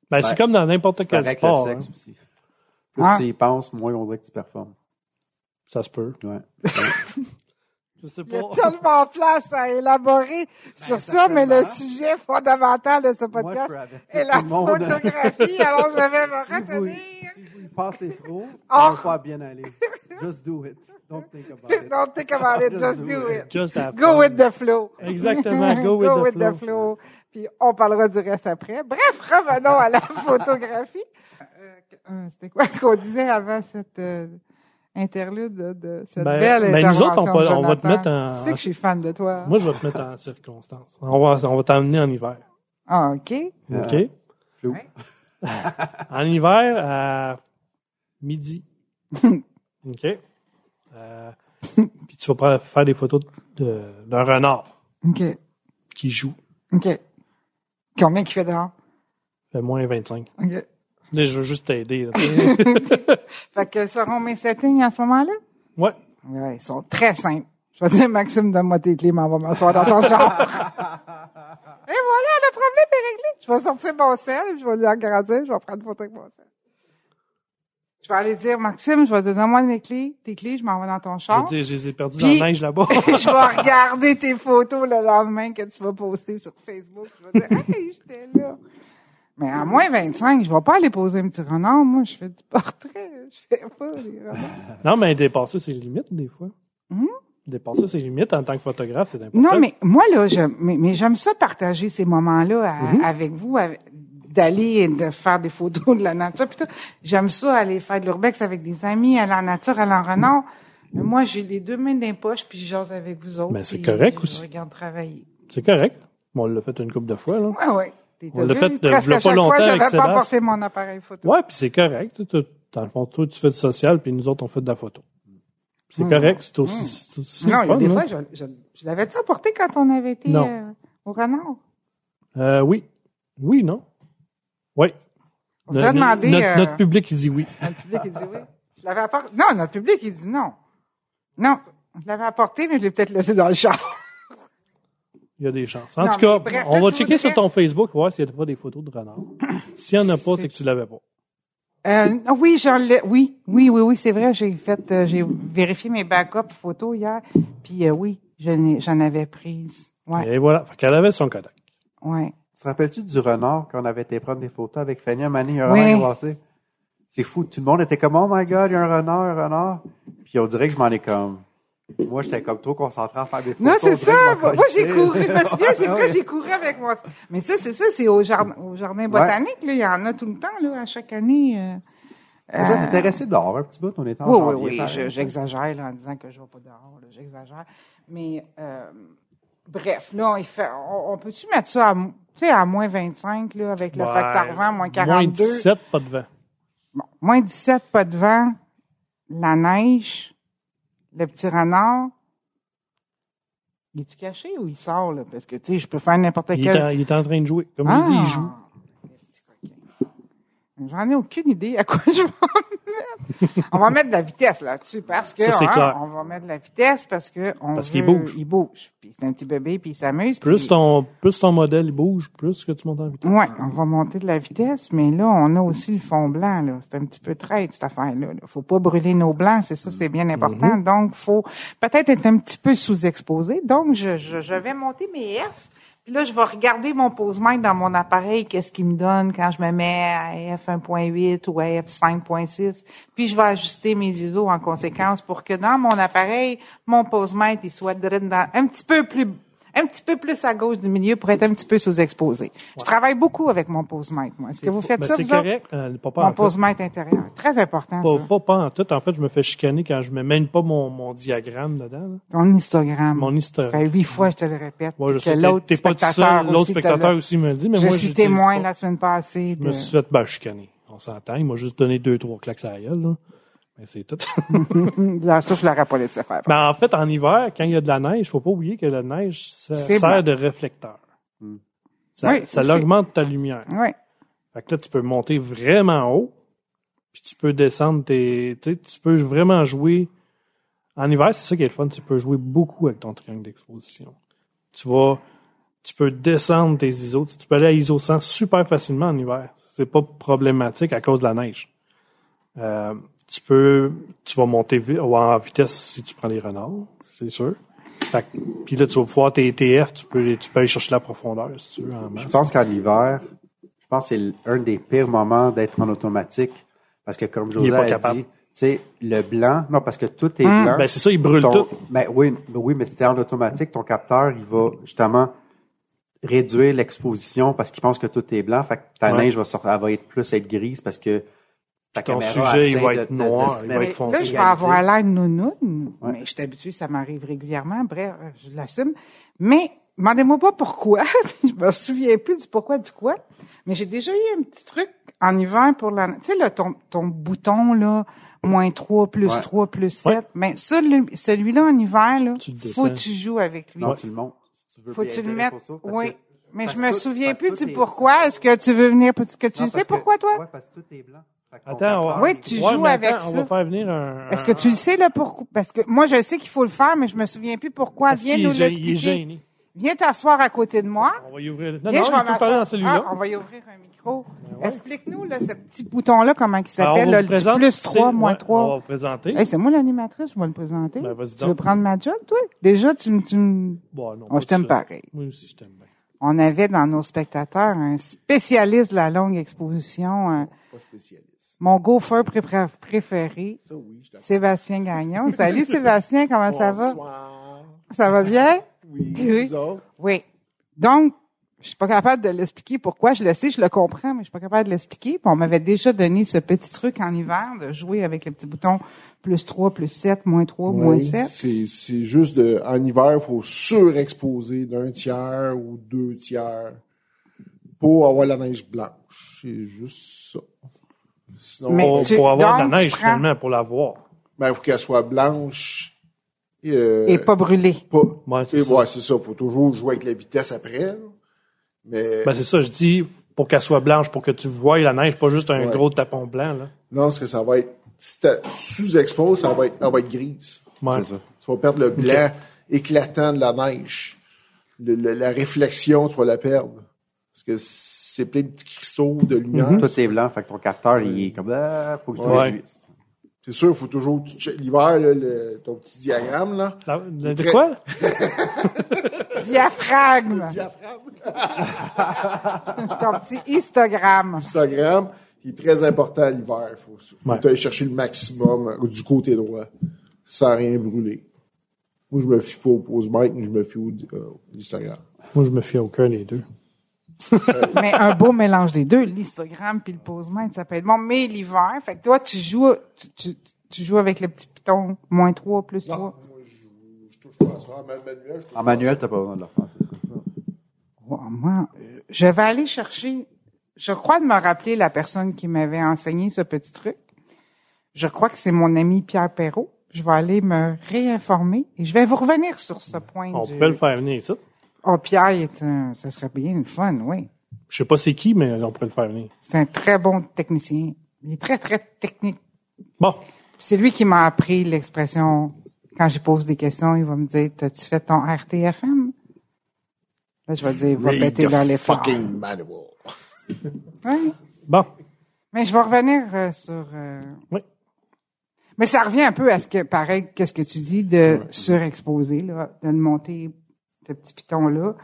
Ben, c'est
Ouais.
comme dans n'importe
Ah. C'est
quel
avec
sport.
le sexe
hein.
aussi. Hein? Plus
Ah.
tu y penses, moins on dirait que tu performes.
Ça se peut.
Ouais.
Je sais
Il y
pas.
a tellement de place à élaborer sur ça, mais le sujet fondamental de ce
Ben, Moi, je
podcast
peux avertir
est la
tout le monde.
photographie. Alors, je vais me
Si vous-
retenir.
Si vous y pensez trop,
Ah.
ça va pas bien aller. Just do it. Don't think about it.
Don't think about
Ah,
it, just do it.
Just have
Go
fun.
with the flow.
Exactement, go with the flow.
Puis on parlera du reste après. Bref, revenons à la photographie. Euh, euh, C'était quoi qu'on disait avant cette euh, interlude de, de cette
Ben,
belle
ben, nous
intervention
autres, on
de
va- on va te
Jonathan.
mettre en-
Tu sais que je suis fan de toi.
Moi, je vais te mettre en circonstance. On va, on va t'emmener en hiver.
Ah, OK.
Euh,
OK?
flou.
En hiver, à midi. OK? Euh, puis tu vas prendre- faire des photos de- d'un renard
OK.
qui joue.
OK. Combien qu'il fait dehors?
Fait moins 25.
OK.
Là, je veux juste t'aider. là.
Fait que seront mes settings à ce moment-là?
ouais.
Ouais, ils sont très simples. Je vais dire, Maxime, donne-moi tes clés, mais on va m'asseoir dans ton char. Et voilà, le problème est réglé. Je vais sortir mon sel, je vais lui agrandir, je vais prendre une photo avec mon sel. Je vais aller dire, Maxime, je vais dire, donne-moi mes clés, tes clés, je m'en vais dans ton
Je veux
char.
dire, je les ai perdus
Puis-
dans la neige là-bas.
je vais regarder tes photos le lendemain que tu vas poster sur Facebook. Je vais dire, hey, j'étais là. Mais à moins 25, je vais pas aller poser un petit renard. Moi, je fais du portrait. Je fais pas les renards.
non, mais dépasser ses limites, des fois. Dépasser ses limites en tant que photographe, c'est important.
Hum? Non, mais moi, là, je, mais, mais j'aime ça partager ces moments-là à-
Mhm.
avec vous, avec- d'aller et de faire des photos de la nature. puis tout. J'aime ça aller faire de l'urbex avec des amis, aller en nature, aller en renard. Mais Moi, j'ai les deux mains dans les poches, puis je jase avec vous autres.
Mhm. Ben, c'est
puis
correct
je
aussi.
regarde travailler.
C'est correct. Bon, on l'a fait une couple de fois, là.
Ouais, ouais. T'es-
On
t'as
l'a
vu,
fait euh, de-
presque
v'là
à
pas
chaque
longtemps
fois, j'avais
avec
pas
Sébastien.
porté mon appareil photo.
Ouais, puis c'est correct. Tu- tu- Dans le fond, toi, tu fais du social, puis nous autres, on fait de la photo. C'est
Mm.
correct, c'est aussi, c'est aussi
non,
le
il y a
fun,
des
là.
fois, je, je, je l'avais-tu apporté quand on avait été
Non.
euh, au renard?
Euh, oui. Oui, non? Oui.
On t'a
No- no-
demandé...
Notre,
euh,
notre public, il dit oui.
Notre public, il dit oui. Je l'avais apporté. Non, notre public, il dit non. Non, je l'avais apporté, mais je l'ai peut-être laissé dans le char.
Il y a des chances. En
Non,
tout cas,
mais bref,
on
là,
va
tu
checker
voudrais-
sur ton Facebook, voir s'il n'y a pas des photos de renards. S'il n'y en a pas, c'est que tu l'avais pas.
Euh, non, oui, j'en l'ai. Oui, oui, oui, oui, c'est vrai. J'ai fait, euh, j'ai vérifié mes backups photos hier. Puis euh, oui, je n'ai- j'en avais prise. Ouais,
Et voilà. Fait qu'elle avait son Kodak.
ouais.
Tu te rappelles-tu du renard quand on avait été prendre des photos avec Fanny Mané, un
Oui.
renard glacé? C'est fou. Tout le monde était comme, oh my god, il y a un renard, un renard. Puis on dirait que je m'en ai comme. Moi, j'étais comme trop concentré à faire des photos.
Non,
On
c'est
dirait que
ça.
je m'en
Moi, moi, j'ai
colissais.
couru. Je me souviens, c'est
Ah
vrai,
ouais.
j'ai couru avec moi. Mais ça, c'est ça, c'est au jardin, au jardin botanique. Là, il y en a tout le temps, là, à chaque année. euh,
Vous
euh,
êtes intéressé dehors un petit bout, on était en
Oui, oui,
janvier,
oui,
par
je-
exemple.
j'exagère là, en disant que je ne vais pas dehors, là, j'exagère. Mais euh, bref, là, il fait, on, on peut-tu mettre ça à, mo- tu sais, à moins 25 là, avec le
Ouais.
facteur vent, moins 42?
Moins 17, pas de vent.
Bon, moins 17, pas de vent, la neige, le petit renard, Il est-tu caché ou il sort, là? Parce que, Ah. tu sais, je peux faire n'importe
Il est, en,
quel.
il est en train de jouer. Comme il dit, il joue.
le petit coquin. J'en ai aucune idée à quoi je vais en mettre. On va mettre de la vitesse là-dessus parce que
Ça, c'est
hein,
clair.
on va mettre de la vitesse parce que on
Parce
veut-
qu'il bouge.
Il bouge. Puis c'est un petit bébé puis il s'amuse.
Plus
puis-
ton, plus ton modèle bouge, plus que tu montes en vitesse.
Ouais, on va monter de la vitesse, mais là, on a aussi le fond blanc. là. C'est un petit peu traite, cette affaire-là. là. Faut pas brûler nos blancs, c'est ça, c'est bien important. Donc, faut peut-être être un petit peu sous-exposé. Donc, je, je, je vais monter mes F. Puis là, je vais regarder mon pose-mètre dans mon appareil, qu'est-ce qu'il me donne quand je me mets à F1.8 ou à F5.6. Puis, je vais ajuster mes ISO en conséquence pour que dans mon appareil, mon pose-mètre, il soit direct dans- un petit peu plus un petit peu plus à gauche du milieu pour être un petit peu sous-exposé. Je travaille beaucoup avec mon pose-mètre, moi. Est-ce que vous faites
Ben,
ça,
c'est
vous autres?
correct. euh, pas peur,
Mon
en fait.
pose-mètre intérieur. Très important,
Pas,
ça.
pas, pas en tout. En fait, je me fais chicaner quand je ne mets même pas mon, mon diagramme dedans. là.
Ton histogramme.
Mon
Ça
histoire.
fait huit fois, je te le répète.
Moi, je
que
sais que
l'autre
t'es pas tout seul. L'autre
aussi te
spectateur
l'a-
aussi me le dit, mais
Je
moi,
suis
j'utilise
témoin
pas.
la semaine passée
Je
de...
me suis fait ben, chicaner. On s'entend. Il m'a juste donné deux, trois claques à la gueule. là. Mais c'est tout.
Là, ça, je l'aurais pas laissé faire.
Mais en fait, en hiver, quand il y a de la neige, faut pas oublier que la neige ça
C'est
sert
blanc.
de réflecteur. Ça,
Oui,
ça
c'est-
augmente ta lumière.
Oui.
Fait que là, tu peux monter vraiment haut, puis tu peux descendre tes. Tu sais, tu peux vraiment jouer. En hiver, c'est ça qui est le fun. Tu peux jouer beaucoup avec ton triangle d'exposition. Tu vas. Tu peux descendre tes ISO. Tu peux aller à ISO 100 super facilement en hiver. C'est pas problématique à cause de la neige. Euh, tu peux. Tu vas monter vi- ou en vitesse si tu prends les renards, c'est sûr. Fait que- Puis là, tu vas pouvoir tes TF, tu peux, tu peux aller chercher la profondeur si tu veux en
Je
masse.
pense qu'en hiver, je pense que c'est un des pires moments d'être en automatique. Parce que comme
est
José
pas
a
capable.
dit, tu sais, le blanc, non, parce que tout est
Hum,
blanc.
Ben, c'est ça, ils brûlent
Ton-
tout.
ben oui, ben oui, mais si t'es en automatique, ton capteur, il va justement réduire l'exposition parce qu'il pense que tout est blanc. Fait que ta
Ouais.
neige va, sortir, elle va être plus être grise parce que ta
Ton
caméra
sujet,
essaie
il va
de-
être
de- de
noir,
se
il
mettre-
va
Mais
être foncé.
Là, je vais
Égalisé.
avoir l'air nounoune,
Ouais.
mais je suis habituée, ça m'arrive régulièrement. Bref, euh, je l'assume. Mais demandez-moi pas pourquoi. je me souviens plus du pourquoi du quoi. Mais j'ai déjà eu un petit truc en hiver pour la... Tu sais, là, ton, ton bouton, là, moins 3, plus
Ouais.
3, plus 7.
Ouais.
Mais ça, le- celui-là, en hiver, là,
Tu le
faut que
descends.
tu joues avec lui.
Non, tu le montes. Si tu veux
Faut que
bien
tu le
être
mettes.
pour ça, parce
Oui.
que-
Mais
parce
je me
que tout-
souviens
parce
plus
que
du
tout est-
pourquoi. Est-ce que tu veux venir? Est-ce que tu
Non,
sais
parce que-
pourquoi, toi?
Ouais, parce que tout est blanc. Fait que ton
Attends,
capteur,
on-
Oui, tu
ouais,
joues
mais
avec
attends, On
ça.
va faire venir un.
Est-ce que tu
Ah.
le sais, là, pourquoi? Parce que moi, je sais qu'il faut le faire, mais je me souviens plus pourquoi.
Ah, si,
Viens nous
il est gê- Il est
l'expliquer.
gêné.
Viens t'asseoir à côté de moi.
On va y ouvrir. Non,
Viens,
non,
je
il
vais
peut
m'asseoir.
parler dans celui-là. Ben
Ah, on va y ouvrir un micro.
ouais.
Explique-nous, là, ce petit bouton-là, comment il
Alors, on
s'appelle,
vous
là, le petit
présente,
plus
c'est-
3, moins
ouais, On va
3.
vous présenter.
Hey, c'est moi l'animatrice, je vais le présenter.
Ben, vas-y
tu
donc.
veux prendre ma job, toi? Déjà, tu me... Tu me-
Bon, non,
Oh, je t'aime
pas ça.
pareil.
Moi aussi, je t'aime bien.
On avait dans nos spectateurs un spécialiste de la longue exposition, un-
Pas spécialiste.
mon gopher pré- préféré,
Ça, oui, je t'apprends.
Sébastien Gagnon. Salut Sébastien, comment Ah, ça va?
Bonsoir.
Ça va bien?
Oui,
Oui.
vous autres.
Oui. Donc, je suis pas capable de l'expliquer pourquoi. Je le sais, je le comprends, mais je suis pas capable de l'expliquer. Puis on m'avait déjà donné ce petit truc en hiver de jouer avec le petit bouton plus 3, plus 7, moins 3, moins
Oui,
7.
c'est, c'est juste de, en hiver, il faut surexposer d'un tiers ou deux tiers pour avoir la neige blanche. C'est juste ça. Sinon,
Mais
on-
Pour,
tu-
pour avoir de
donc,
la
tu
neige,
prends-
finalement, pour l'avoir.
ben, il faut qu'elle soit blanche. Et, euh,
Et pas brûlé.
pas-
Ouais, c'est
et
ça.
ouais, c'est ça. Faut toujours jouer avec la vitesse après. là. Mais
Ben, c'est ça, je dis pour qu'elle soit blanche, pour que tu voies la neige, pas juste un
Ouais.
gros tapon blanc. Là.
non, parce que ça va être, si t'as sous-expose, ça va être, elle va être grise.
Ouais.
C'est ça.
Tu vas perdre le blanc éclatant de la neige. Le- le- la réflexion, tu vas la perdre. Parce que c'est plein de petits cristaux de lumière.
Mhm.
Tout est blanc. Fait que ton capteur, il est comme, ah, faut que je le
Ouais.
réduise.
C'est sûr, il faut toujours... que tu checkes L'hiver, là, le- ton petit diagramme, là.
La- la- de
Très-
quoi?
Diaphragme,
Diaphragme.
ton petit histogramme.
Instagram, il est très important l'hiver. Il faut, faut
Ouais.
aller chercher le maximum euh, du côté droit, sans rien brûler. Moi, je me fie pas au pose-mètre, mais je me fie au euh, Instagram.
Moi, je me fie à aucun des deux.
Mais un beau mélange des deux, l'histogramme puis le pose-maître, ça peut être bon. Mais l'hiver, fait que toi, tu joues, tu, tu, tu joues avec le petit bouton moins 3, plus 3.
Non, moi, je, je touche pas à ça. En manuel, je touche
Ah,
En manuel, t'as pas besoin de le faire, c'est ça.
Wow, moi, euh, je vais aller chercher. Je crois de me rappeler la personne qui m'avait enseigné ce petit truc. Je crois que c'est mon ami Pierre Perrault. Je vais aller me réinformer et je vais vous revenir sur ce point.
On
du-
pourrait le faire venir ici.
Oh, Pierre, il est un- ça serait bien une fun, oui.
Je sais pas c'est qui, mais on pourrait le faire venir.
C'est un très bon technicien. Il est très, très technique.
Bon,
C'est lui qui m'a appris l'expression quand je pose des questions, il va me dire T'as-tu fait ton RTFM? Là, je vais dire Va péter dans les
fucking manual.
Ouais.
bon.
Mais je vais revenir euh, sur. euh,
Oui.
Mais ça revient un peu à ce que, pareil, qu'est-ce que tu dis de surexposer, là, de le monter ce petit piton-là.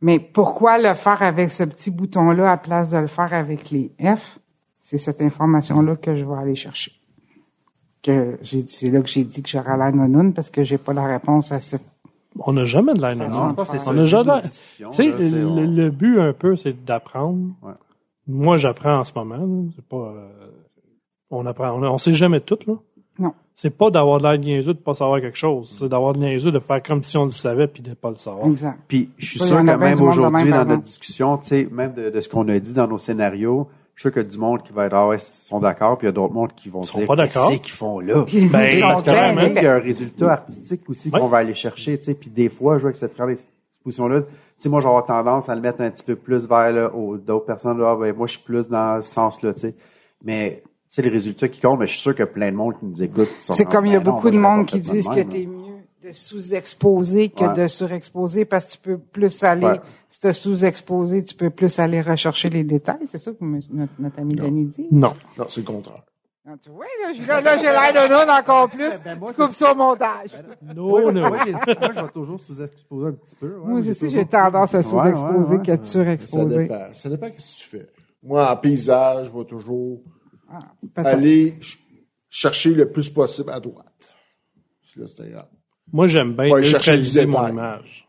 Mais pourquoi le faire avec ce petit bouton-là à place de le faire avec les F? C'est cette information-là que je vais aller chercher. Que j'ai dit- c'est là que j'ai dit que j'aurais la nonoune parce que j'ai pas la réponse à cette.
On n'a jamais de
Ah,
Non,
l'air non.
je pense que c'est ça,
On
le but
a
de
jamais.
la
Tu
discussion,
sais,
là, tu sais, on-
le, le but un peu, c'est d'apprendre.
Ouais.
Moi, j'apprends en ce moment. là. C'est pas. euh, on apprend. On, on sait jamais tout là.
Non.
C'est pas d'avoir de l'air niaiseux de pas savoir quelque chose. C'est d'avoir de niaiseux de faire comme si on le savait puis de pas le savoir.
Exact.
Puis je suis
Oui,
sûr
il y en a
que
bien
même
du monde de même,
aujourd'hui, dans
pardon.
notre discussion, tu sais, même de, de ce qu'on a dit dans nos scénarios, je suis sûr que du monde qui va être Ah ouais, ils sont d'accord, puis il y a d'autres mondes qui vont
sont
dire
pas d'accord.
Qu'est-ce qu'ils font là?
Ils
Ben,
sont
parce que
bien
même, hein,
Il y a un résultat artistique aussi
Ouais.
qu'on va aller chercher, tu sais, puis des fois, je vois que cette grande exposition-là, tu sais, moi, j'aurais tendance à le mettre un petit peu plus vers là, aux- d'autres personnes, là, Ah, ben, moi, je suis plus dans ce sens-là, tu sais. Mais c'est le résultat qui compte, mais je suis sûr que plein de monde qui nous écoute. qui sont
C'est
en-
comme il y a
Ben non,
beaucoup
moi,
de
j'aurais
monde
pas
qui
fait ça de
disent que
même, hein.
t'es mieux de sous-exposer que
Ouais.
de surexposer parce que tu peux plus aller,
Ouais.
si t'es sous-exposé, tu peux plus aller rechercher les détails. C'est ça que monsieur- notre, notre ami Denis dit.
Non.
Non, c'est le contraire.
Ah, tu vois, là, j'ai, là, là, j'ai l'air de non encore plus.
Ben, moi, Ben,
tu coupes ça au montage.
No,
Ouais,
no.
ouais, j'ai- moi, je vais toujours sous-exposer un petit peu. ouais,
Moi
j'ai
aussi,
toujours-
j'ai tendance à
Ouais,
sous-exposer
ouais, ouais.
que de
Ça
surexposer.
dépend. Ça dépend qu'est-ce que tu fais. Moi, en paysage, je vais toujours
Peut-être.
aller ch- chercher le plus possible à droite. C'est là, c'est grave.
Moi, j'aime bien
Ouais, chercher du
neutraliser mon
détail.
image.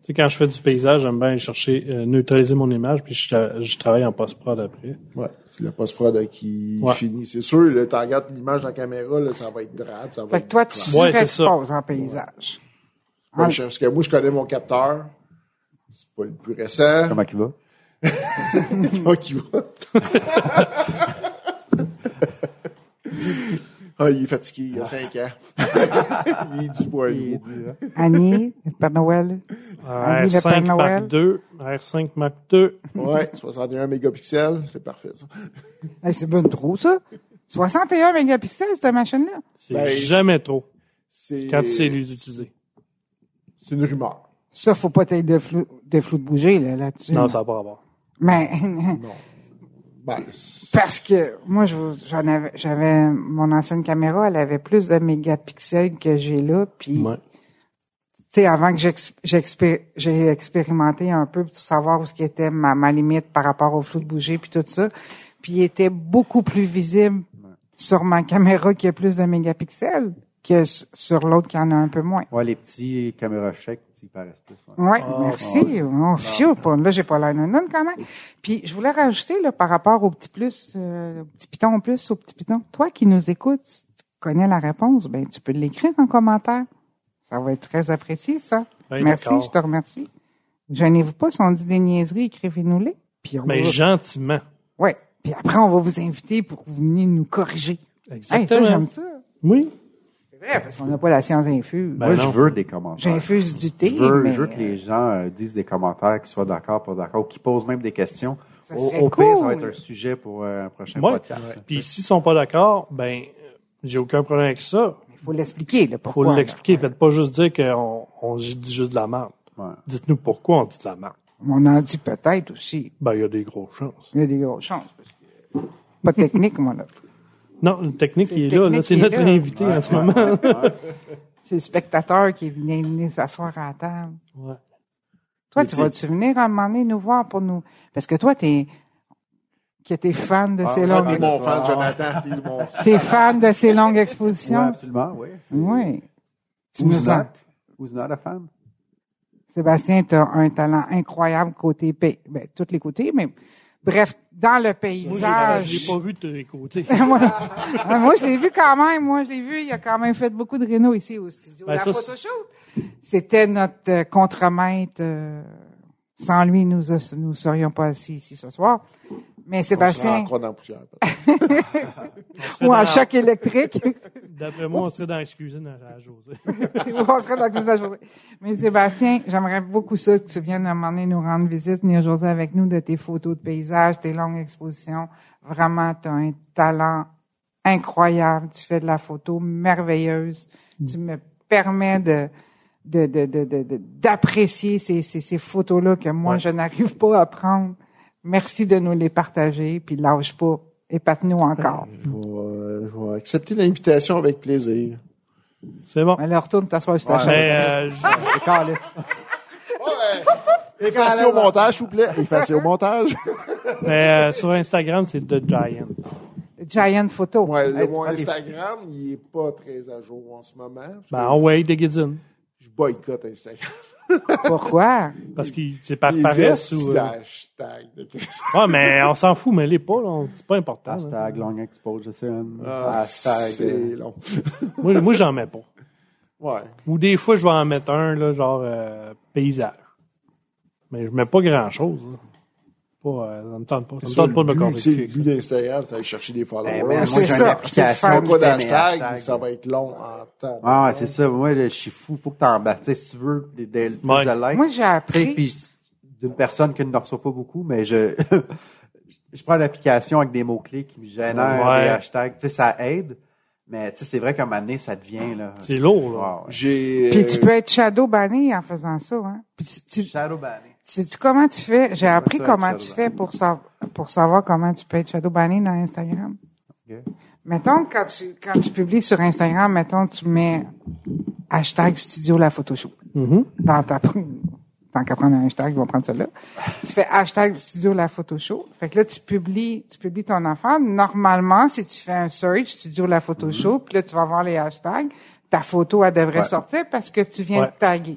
Tu sais, quand je fais du paysage, j'aime bien chercher, euh, neutraliser mon image, puis je, tra- je travaille en post-prod après.
Ouais. C'est le post-prod qui
Ouais.
finit. C'est sûr, là, tu regardes l'image dans la caméra, là, ça va être drap, ça va
Fait
être
que toi, tu
plate.
Ouais, c'est ça.
surexposes en paysage.
Ouais, je- Parce que moi, je connais mon capteur. C'est pas le plus récent.
Comment il va?
Ah, qui va. ah, il est fatigué, il a 5 ans. il est du point de vue.
Annie, le Père Noël. Annie, Ah, le Père
R5 Mark
Noël.
II, R5 Mark II.
Ouais, 61 mégapixels, c'est parfait, ça.
Hey, c'est bon trop, ça. 61 mégapixels, cette machine-là.
C'est
Ben,
jamais trop
C'est,
quand tu sais les utiliser.
c'est une rumeur.
Ça, faut pas être de flou de, flou de bouger là, là-dessus.
Non, ça n'a pas à voir.
Mais
Ben, c'est-
parce que moi, je vous- j'en avais, j'avais mon ancienne caméra, elle avait plus de mégapixels que j'ai là, puis
Ouais.
tu sais, avant que j'ex- j'expé- j'ai expérimenté un peu pour savoir où ce qui était ma, ma limite par rapport au flou de bouger puis tout ça, puis il était beaucoup plus visible sur ma caméra qui a plus de mégapixels que s- sur l'autre qui en a un peu moins.
Ouais, les petits caméras chèques, ils paraissent plus. ouais.
Ouais,
Ah,
merci. Oh, fiou, pour- là, j'ai pas la non quand même. Puis, je voulais rajouter, là, par rapport au petit plus, euh, au petit piton plus, au petit piton. Toi qui nous écoutes, si tu connais la réponse, ben, tu peux l'écrire en commentaire. Ça va être très apprécié, ça.
Ben,
merci,
d'accord.
je te remercie. Gênez-vous pas, si on dit des niaiseries, écrivez-nous-les. Puis on
Mais
va...
gentiment.
Ouais. Puis après, on va vous inviter pour que vous veniez nous corriger. Hey, ça,
Exactement.
j'aime ça.
oui.
C'est vrai, parce qu'on n'a pas la science infuse.
Ben,
Moi,
non.
je veux des commentaires.
J'infuse du
Je
thé,
veux,
mais
je veux que les gens euh, disent des commentaires, qu'ils soient d'accord, pas d'accord, ou qu'ils posent même des questions.
Ça
Au,
serait
au pire, ça
cool.
va être un sujet pour euh, un prochain
Ouais.
podcast. là.
Puis s'ils sont pas d'accord, ben euh, j'ai aucun problème avec ça.
il faut l'expliquer, là,
Faut
pourquoi. là.
l'expliquer. Faites pas juste dire qu'on on dit juste de la merde.
Ouais.
Dites-nous pourquoi on dit de la merde.
On en dit peut-être aussi.
Ben, il y a des grosses chances.
Il y a des grosses chances. Parce que... Pas de technique, moi, là.
Non, le technique
C'est
il est
le
là. là.
technique
C'est
qui est
notre
là.
invité en ce moment.
C'est le spectateur qui est venu, venu s'asseoir à la table.
Ouais.
Toi,
Mais
tu
t'es-
vas-tu venir à un moment donné nous voir pour nous. Parce que toi, t'es. que t'es fan de ces
ouais,
Ah,
longues.
t'es mon
Ah.
fan, Jonathan. T'es mon.
T'es fan de ces longues
Ouais,
expositions?
absolument, oui.
oui. Tu
Who's
nous en-
not? Who's not a fan?
Sébastien, tu as un talent incroyable côté pays. Ben, tous les côtés, mais bref, dans le
Moi,
paysage.
j'ai- j'ai pas vu de tes côtés.
moi, ah, moi, je l'ai vu quand même. Moi, je l'ai vu. Il a quand même fait beaucoup de réno ici au studio.
Ben,
La
ça,
photoshoot, c'était notre euh, contremaître. euh, sans lui, nous, a- nous serions pas assis ici ce soir. Mais
On se rend
Sébastien,
encore dans la poussière. peut-être.
On serait
ou en
dans-
choc électrique,
D'après moi, on serait dans la cuisine à à José.
ou on serait dans la cuisine à José. Mais Sébastien, j'aimerais beaucoup ça que tu viennes à un moment donné nous rendre visite, venir José avec nous de tes photos de paysages, tes longues expositions. Vraiment, tu as un talent incroyable. Tu fais de la photo merveilleuse. Tu me permets de de- de- de- de- de- d'apprécier ces, ces, ces photos-là que moi,
Ouais.
je n'arrive pas à prendre. Merci de nous les partager, puis lâche pas. Épate-nous encore.
Je vais, euh, je vais accepter l'invitation avec plaisir.
C'est bon.
Mais là, retourne t'asseoir sur ta chaise.
Mais, euh, je-
C'est calice.
Effacez au montage, s'il vous plaît. Effacez au montage.
mais, euh, sur Instagram, c'est The Giant.
Giant Photo.
Ouais,
Hey,
là,
tu
mon
prends des-
Instagram, il est pas très à jour en ce moment.
Ben, envoyez des guédines.
Je boycotte Instagram.
Pourquoi?
Parce qu'il c'est par
Les
paresse
hashtags
ou.
de
euh,
hashtag de Christ.
Ouais, mais on s'en fout, mais les pas, là. on- C'est pas
Ah,
important. là.
Hashtag long exposition.
Ah,
Hashtag.
C'est
euh,
long.
Moi, moi j'en mets pas.
Ouais.
Ou des fois, je vais en mettre un, là, genre euh, paysage. Mais je mets pas grand-chose. là. Pas, euh, ça me tente pas. Ça me
Ça,
tente pas de me
le but,
corriger
c'est
le
le
cul,
but d'Instagram, c'est aller chercher des followers.
ben, moi,
c'est
j'ai une
ça, c'est
application.
Pas
ça.
qui
quoi
fait mes
d'hashtag,
hashtags.
ça va être long en temps.
Ah, ouais, c'est ça. Moi, là, je suis fou. Faut que t'en battes. Tu sais, si tu veux des, des, plus
Ouais.
de likes.
Moi, j'ai
Tu sais,
appris.
puis d'une personne qui ne reçoit pas beaucoup, mais je, je prends l'application avec des mots-clés qui me génèrent
Ouais.
des hashtags. Tu sais, ça aide, mais tu sais, c'est vrai qu'à un moment donné, ça devient, là.
C'est lourd, là.
Ah, ouais.
J'ai.
Puis
euh,
tu peux être shadow banné en faisant ça. Hein? Puis si tu,
Shadow banné.
sais-tu comment tu fais? J'ai appris
ça,
comment
être
tu
shadow
fais pour, sa- pour savoir comment tu peux être shadow banné dans Instagram.
Ok.
Mettons, quand tu, quand tu publies sur Instagram, mettons, tu mets hashtag studio la photoshop.
Mm-hmm.
Mhm.
dans ta tant qu'à prendre un hashtag, je vais prendre celui-là. Tu fais hashtag studio la photo show. Fait que là, tu publies, tu publies ton enfant. Normalement, si tu fais un search studio la photo show, puis là, tu vas voir les hashtags, ta photo, elle devrait
Mhm. Ouais.
sortir parce que tu viens
Ouais.
de taguer.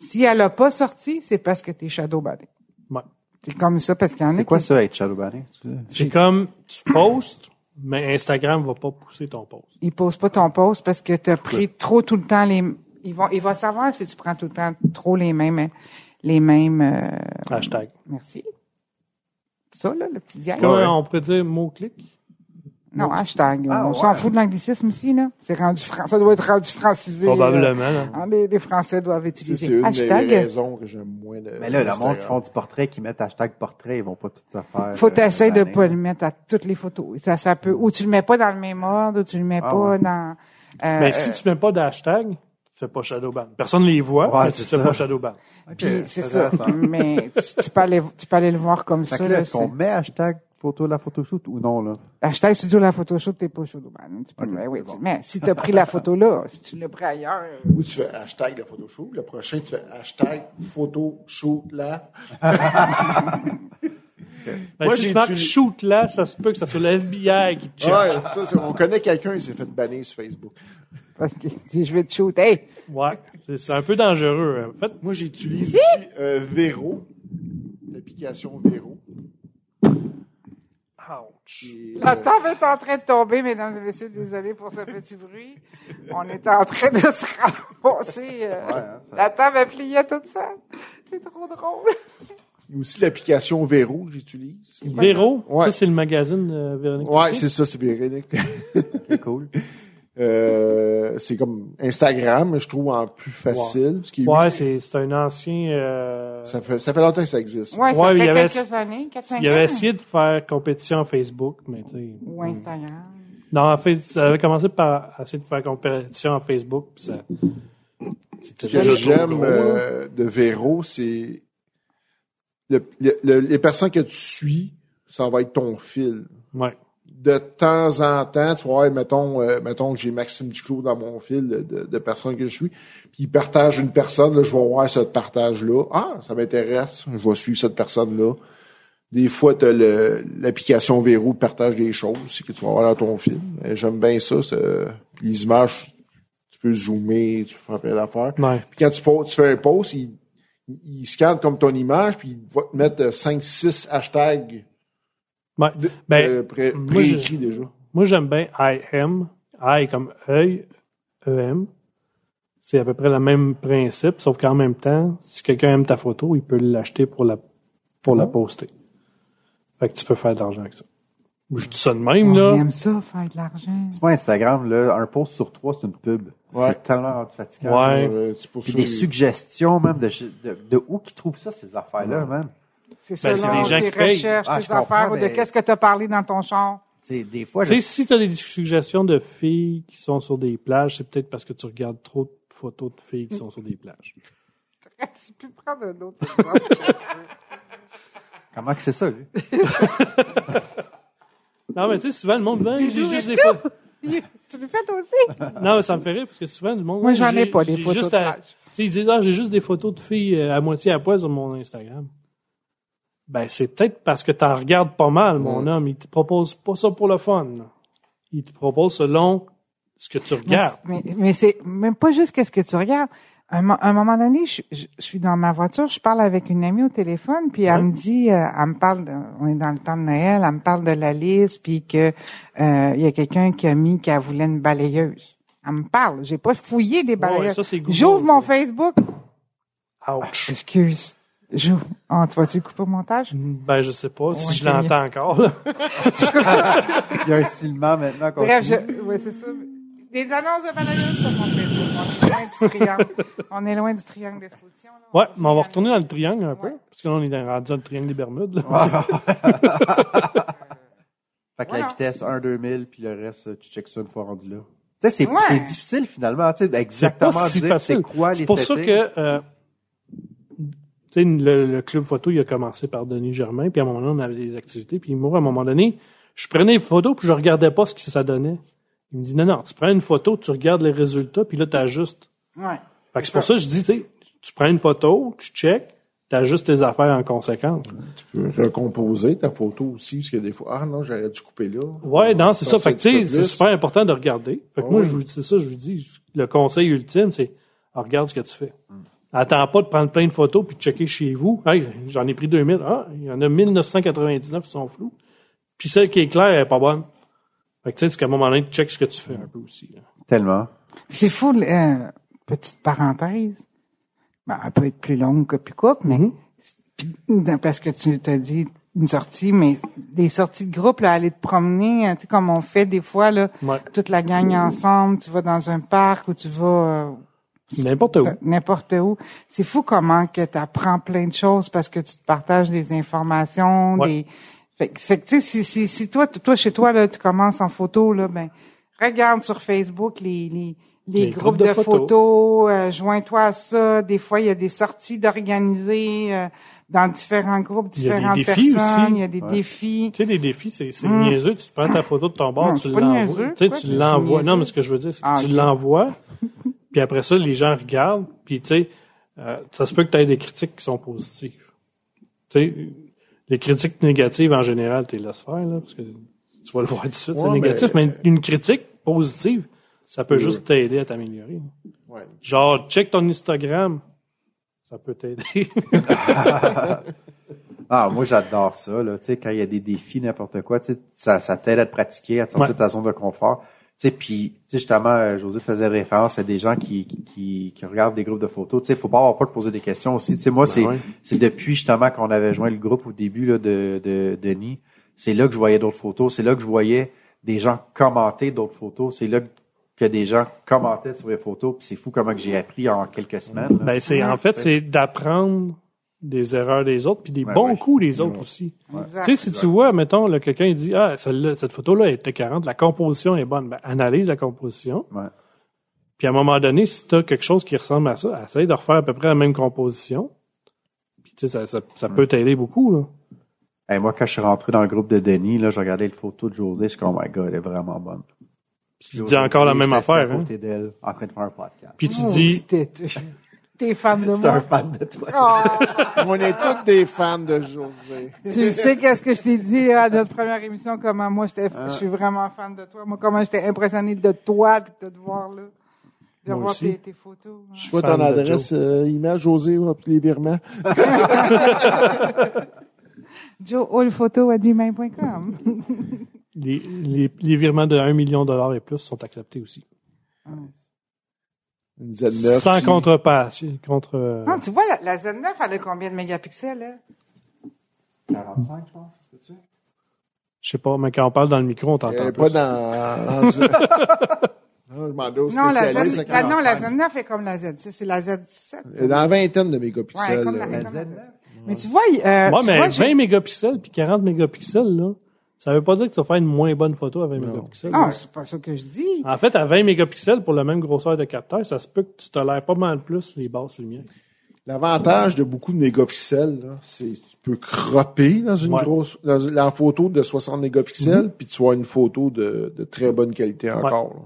Si elle a pas sorti, c'est parce que t'es shadow banné.
Ouais.
C'est comme ça parce qu'il y en a
C'est quoi
qui-
ça, être shadow banné?
C'est comme tu postes, mais Instagram va pas pousser ton post.
Ils posent pas ton post parce que t'as pris trop tout le temps les, ils vont, ils vont savoir si tu prends tout le temps trop les mêmes, les mêmes, euh,
Hashtag.
Merci. Ça, là, le petit diable.
Comment
Ouais.
on pourrait dire mot-clic?
Non, hashtag.
Ah,
on
ouais.
s'en fout de l'anglicisme ici, là. C'est rendu fran- Ça doit être rendu francisé. là.
Probablement. là.
Hein, les, les Français doivent
tu sais,
utiliser
C'est une des
hashtag.
raisons que j'aime moins de.
Mais là, le
d'Instagram.
monde qui font du portrait, qui mettent hashtag portrait, ils vont pas tout ça faire.
Faut
euh,
t'essayer de
banner.
pas le mettre à toutes les photos. Ça, ça peut. Ou tu le mets pas dans le même ordre, ou tu le mets
Ah,
pas
ouais.
dans. euh,
Mais si tu mets pas d'hashtag, tu fais pas shadowban. Personne les voit,
Ouais,
mais tu
c'est
fais
ça.
pas shadowban.
Ok,
puis c'est ça.
intéressant.
Mais tu, tu peux aller, tu peux aller le voir comme
hein. Fait que
ça.
là,
là,
est-ce qu'on
c'est-
met hashtag photo de la photoshoot ou non, là?
Hashtag studio la photo shoot, t'es pas chaud. Ben, tu peux, ben oui, tu- mais si t'as pris la photo là, si tu l'as pris ailleurs,
Ou tu fais hashtag le photo shoot. Le prochain, tu fais hashtag photo shoot là.
Ben,
Moi,
si
j'ai
tu marques
utilisé-
shoot là, ça se peut que ça soit le FBI qui te check.
Ouais, ça, c'est- on connaît quelqu'un, il s'est fait bannir sur Facebook.
parce que tu dis, je vais te shoot. Hey!
Ouais, c'est- c'est un peu dangereux. hein. En fait,
Moi, j'utilise aussi euh, Vero, l'application Vero.
ouch.
qui est,
La
euh,
table est en train de tomber, mesdames et messieurs. Désolé pour ce petit bruit. On est en train de se ramasser. euh,
Ouais, hein, ça-
La table est pliée toute seule. C'est trop drôle.
Il y a aussi l'application Vero que j'utilise.
Véro,
Ouais.
ça c'est le magazine euh, Véronique.
Ouais,
Cloutier.
c'est ça, c'est Véronique.
C'est cool.
Euh, c'est comme Instagram, mais je trouve en plus facile. parce qu'il-
Ouais, c'est c'est un ancien. euh,
ça, fait, ça fait longtemps que ça existe.
Ouais,
Ouais,
ça
il
fait
y avait-
quelques années, 4
il avait essayé de faire compétition à Facebook, mais tu sais.
Ou Instagram.
Non, en fait, ça avait commencé par essayer de faire compétition à Facebook, puis ça.
Ce que j'aime euh, de Véro, c'est le- le- le- les personnes que tu suis, ça va être ton fil.
Ouais.
de temps en temps, tu vois, mettons, euh, mettons que j'ai Maxime Duclos dans mon fil de, de personnes que je suis, puis il partage une personne, là, je vais voir ce partage-là. Ah, ça m'intéresse, je vais suivre cette personne-là. Des fois, tu as l'application Véro de partage des choses c'est que tu vas voir dans ton fil. Euh, J'aime bien ça. ça. Puis Les images, tu peux zoomer, tu peux faire plein d'affaires.
Ouais.
Puis quand tu, po- tu fais un post, il, il- il scanne comme ton image, puis il va te mettre 5-6 hashtags
Ouais.
de-
Ben,
euh, pré-
moi,
préécrits déjà.
Moi, j'aime bien I am. I comme œil, EM. C'est à peu près le même principe, sauf qu'en
Oh.
même temps, si quelqu'un aime ta photo, il peut l'acheter pour la, pour la poster. Fait que tu peux faire de l'argent avec ça. Je dis ça de même,
On
là.
aime ça, faire de l'argent.
C'est pas Instagram, là, un post sur trois, c'est une pub.
Ouais.
C'est tellement fatigant.
Ouais.
Euh, c'est pour
Puis
ça,
des
il-
suggestions, même, de, de, de où qu'ils trouvent ça, ces affaires-là, même.
C'est
Ben,
selon
c'est des gens
tes
qui payent.
recherches,
Ah, je
tes
comprends,
affaires, ou de
mais-
qu'est-ce que tu as parlé dans ton char.
C'est des fois, je
Tu sais, si t'as des suggestions de filles qui sont sur des plages, c'est peut-être parce que tu regardes trop de photos de filles qui sont sur des plages.
Tu peux prendre un autre exemple.
comment que c'est ça, lui?
Non, mais tu sais, souvent, le monde, ben, j'ai
joué
juste des
tout.
photos.
tu le fais toi aussi?
Non, mais ça me fait rire parce que souvent, du monde.
Moi, j'en ai
j'ai-
pas des
j'ai
photos
juste
de
à-
plage.
Tu sais, ils disent, ah, j'ai juste des photos de filles euh, à moitié à poil sur mon Instagram. Ben, c'est peut-être parce que t'en regardes pas mal, mon homme. Il te propose pas ça pour le fun. là. Il te propose selon ce que tu regardes.
Mais, mais c'est même pas juste qu'est-ce que tu regardes. Un, mo- un moment donné, je, je- je suis dans ma voiture, je parle avec une amie au téléphone, puis
Ouais.
elle me dit, euh, elle me parle, de- on est dans le temps de Noël, elle me parle de la liste, puis que euh, il y a quelqu'un qui a mis qu'elle voulait une balayeuse. Elle me parle, j'ai pas fouillé des
Ouais,
balayeuses.
ça, c'est Google,
Ben, J'ouvre mon
ça.
Facebook.
Ouch.
Excuse. J'ouvre. Oh, tu vas-tu couper au montage?
Ben, je sais pas
Ouais,
si
c'est
je
bien.
l'entends encore, là.
Il y a un ciment maintenant qu'on
Bref, je, ouais, c'est ça. Des annonces de balayeuses sur mon Facebook. On est loin du triangle. on est loin du triangle d'exposition. là.
Ouais, mais on va retourner dans le triangle un peu.
Ouais.
Parce que là, on est dans- rendu dans le triangle des Bermudes, là.
Fait que
Voilà.
la vitesse 1 2000 puis le reste euh, tu checks ça une fois rendu là. Tu sais c'est
Ouais.
c'est difficile finalement, tu sais
C'est pas
d'exactement
si
dire
facile.
c'est quoi les
C'est pour ça
settings.
que euh, tu sais, le, le club photo il a commencé par Denis Germain, puis à un moment donné, on avait des activités, puis moi, à un moment donné, je prenais les photos, puis je regardais pas ce que ça donnait. Il me dit non, non, tu prends une photo, tu regardes les résultats, puis là, tu ajustes.
Ouais.
Fait que c'est pour ça que je dis, tu sais, tu prends une photo, tu check, tu ajustes tes affaires en conséquence.
Tu peux euh, recomposer ta photo aussi, parce que des fois, ah non, j'aurais dû couper là.
Ouais, non, c'est ça. Fait que,
un
tu
petit
sais,
peu
c'est
plus.
super important de regarder. Fait que
Ah
moi,
oui.
je vous dis c'est ça, je vous dis, le conseil ultime, c'est ah, regarde ce que tu fais.
Hmm.
Attends pas de prendre plein de photos puis de checker chez vous. Hey, j'en ai pris 2000. Ah, il y en a 1999 qui sont floues. Puis celle qui est claire, elle est pas bonne. Fait que, tu sais, c'est qu'à un moment donné, tu checkes ce que tu fais un peu aussi. là.
tellement.
C'est fou, le- euh, petite parenthèse. Ben, elle peut être plus longue que plus courte, mais puis, dans- parce que tu t'as dit une sortie, mais des sorties de groupe, là, aller te promener, hein, tu sais, comme on fait des fois, là,
Ouais.
toute la gang ensemble, tu vas dans un parc ou tu vas euh,
N'importe
Ben,
où.
n'importe où. C'est fou comment que tu apprends plein de choses parce que tu te partages des informations,
Ouais.
des fait, que- fait que tu sais si, si, si toi t- toi chez toi là tu commences en photo là ben regarde sur Facebook les les, les, groupes, de, photos, euh, joins-toi à ça, des fois il y a des sorties d'organiser euh, dans différents groupes,
Il y a des
différentes
défis aussi.
personnes, il y a des
Ouais.
défis.
Tu sais, les défis, c'est c'est
Mm.
niaiseux. Tu prends ta photo de ton bord,
Non,
tu
c'est pas niaiseux.
l'envoies. Tu sais,
Pourquoi
tu
tu dis
l'envoies.
niaiseux?
Non, mais ce que je veux dire, c'est que
Ah,
tu
ok.
l'envoies, puis après ça, les gens regardent, puis tu sais, euh, ça se peut que tu aies des critiques qui sont positives. Tu sais, les critiques négatives, en général, tu les laisses faire, là, parce que tu vas le voir tout de suite,
Ouais,
c'est négatif, mais...
mais-
une critique positive, ça peut juste t'aider à t'améliorer.
Ouais.
Genre, check ton Instagram, ça peut t'aider.
Ah moi j'adore ça là, tu sais quand il y a des défis n'importe quoi, tu sais ça ça t'aide à te pratiquer, à te sortir
Ouais.
de ta zone de confort. Tu sais puis tu sais justement euh, José faisait référence à des gens qui qui- qui, qui regardent des groupes de photos, tu sais faut pas avoir peur de poser des questions aussi. Tu sais moi c'est
Ben ouais.
c'est depuis justement qu'on avait joint le groupe au début là, de, de Denis, c'est là que je voyais d'autres photos, c'est là que je voyais des gens commenter d'autres photos, c'est là que des gens commentaient sur les photos, puis c'est fou comment que j'ai appris en quelques semaines. là.
Ben, c'est, en fait, c'est d'apprendre des erreurs des autres, puis des
Ouais,
bons
Ben ouais.
coups des autres aussi.
Exact.
Tu sais, si tu vois, mettons, là, quelqu'un il dit Ah, celle-là, cette photo-là est écœurante, la composition est bonne. Ben, analyse la composition.
Ouais.
Puis à un moment donné, si tu as quelque chose qui ressemble à ça, essaye de refaire à peu près la même composition. Puis tu sais, ça, ça, ça peut t'aider beaucoup. Là.
Hey, moi, quand je suis rentré dans le groupe de Denis, là, je regardais les photos de José, je suis comme, oh my god, elle est vraiment bonne.
Tu dis encore la même
j'étais assis
affaire.
À
Hein?
côté d'elle, en train de faire un podcast.
Puis tu
Oh,
dis
t'es- t'es- T'es fan de
J'étais un
moi.
fan de toi.
Oh.
On est tous des fans de José.
Tu sais qu'est-ce que je t'ai dit à notre première émission, comment moi, j'étais- je suis vraiment fan de toi. Moi, comment j'étais impressionné de toi, de te voir là, de
Moi
voir
aussi.
tes, tes photos. hein.
Je vois
Fan
ton
de
adresse euh, email, José, ouais, puis les virements.
joeholphoto@gmail.com.
les, les, les virements de 1 million de dollars et plus sont acceptés aussi.
Une dizaine neuf,
Sans
puis-
contrepasse. Contre,
Non, tu vois, la, la Z9, elle a combien de mégapixels? Hein?
45, je pense, c'est ça?
Je sais pas, mais quand on parle dans le micro, on t'entend
Euh,
pas.
pas dans. dans une- non, je m'en dois au
Non, la
spécialiste.
Z, la- non, la
quarante-cinq.
Z9 est comme la Z6, c'est la Z7.
Euh, Dans la vingtaine de
Ouais,
mégapixels.
comme la,
euh,
comme
La
la-
Z9?
Mais tu vois, euh,
Moi,
tu
mais
vois, j'ai-
20 mégapixels puis 40 mégapixels, là, ça veut pas dire que tu vas faire une moins bonne photo à 20 mégapixels.
Non, Ah.
là.
c'est pas ça que je dis.
En fait, à 20 mégapixels, pour la même grosseur de capteur, ça se peut que tu tolères pas mal plus les basses lumières.
L'avantage de beaucoup de mégapixels, là, c'est que tu peux cropper dans une
Ouais. Mhm.
grosse dans une- la photo de 60 mégapixels, puis tu as une photo de, de très bonne qualité encore. là.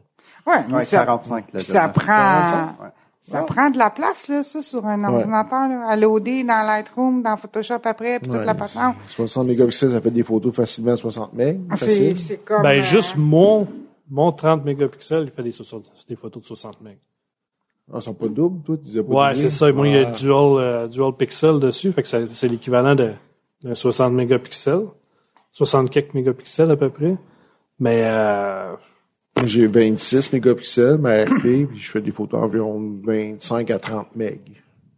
Ouais, mais
Ouais,
ça,
45, la
puis ça
Z9.
prend,
45,
ça prend de la place, là, ça, sur un ordinateur, là, à loader dans Lightroom, dans Photoshop après, puis toute
Ouais,
la patente. Ah,
60 mégapixels, ça fait des photos facilement à 60 megs.
C'est,
Facile.
c'est comme.
Ben,
euh,
juste mon, mon 30 mégapixels, il fait des, 60 des photos de 60 megs.
Ah, ils sont pas doubles, toi, tu disais pas
Ouais,
doublés.
c'est ça. Moi, il y a
Ah.
dual, euh, dual pixel dessus. Fait que ça- c'est l'équivalent de, d'un 60 mégapixels. 60 quelques mégapixels à peu près. Mais euh,
Moi, J'ai 26 mégapixels, ma RP, puis je fais des photos environ 25 à 30 meg.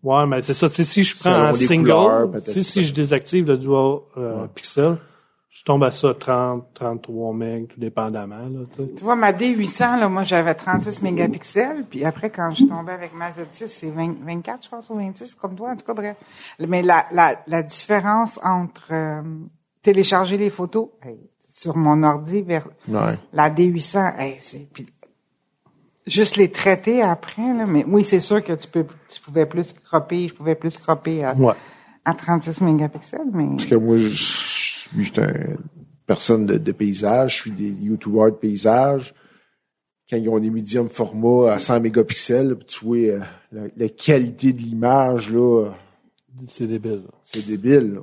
ouais, mais c'est ça. Tu sais, si je prends
Selon
un
les
single,
couleurs, peut-être
tu sais, si
ça.
je désactive le dual euh, pixel, je tombe à ça 30, 33 megs, tout dépendamment. Là, tu sais.
Tu vois, ma D800, là, moi, j'avais 36 mégapixels, puis après, quand je suis tombée avec ma Z6, c'est 20 24, je pense, ou 26, comme toi, en tout cas, bref. Mais la, la, la différence entre euh, télécharger les photos hey, sur mon ordi vers
Ouais.
la D800, hey, c'est... Puis, juste les traiter après, là, mais oui, c'est sûr que tu peux, tu pouvais plus cropper, je pouvais plus cropper à,
Ouais.
à 36 mégapixels, mais...
Parce que moi, je je suis une personne de, de paysage, je suis des youtubeurs de paysage. Quand ils ont des médiums formats à 100 mégapixels, puis tu vois euh, la, la qualité de l'image, là,
C'est débile. là.
c'est débile. là.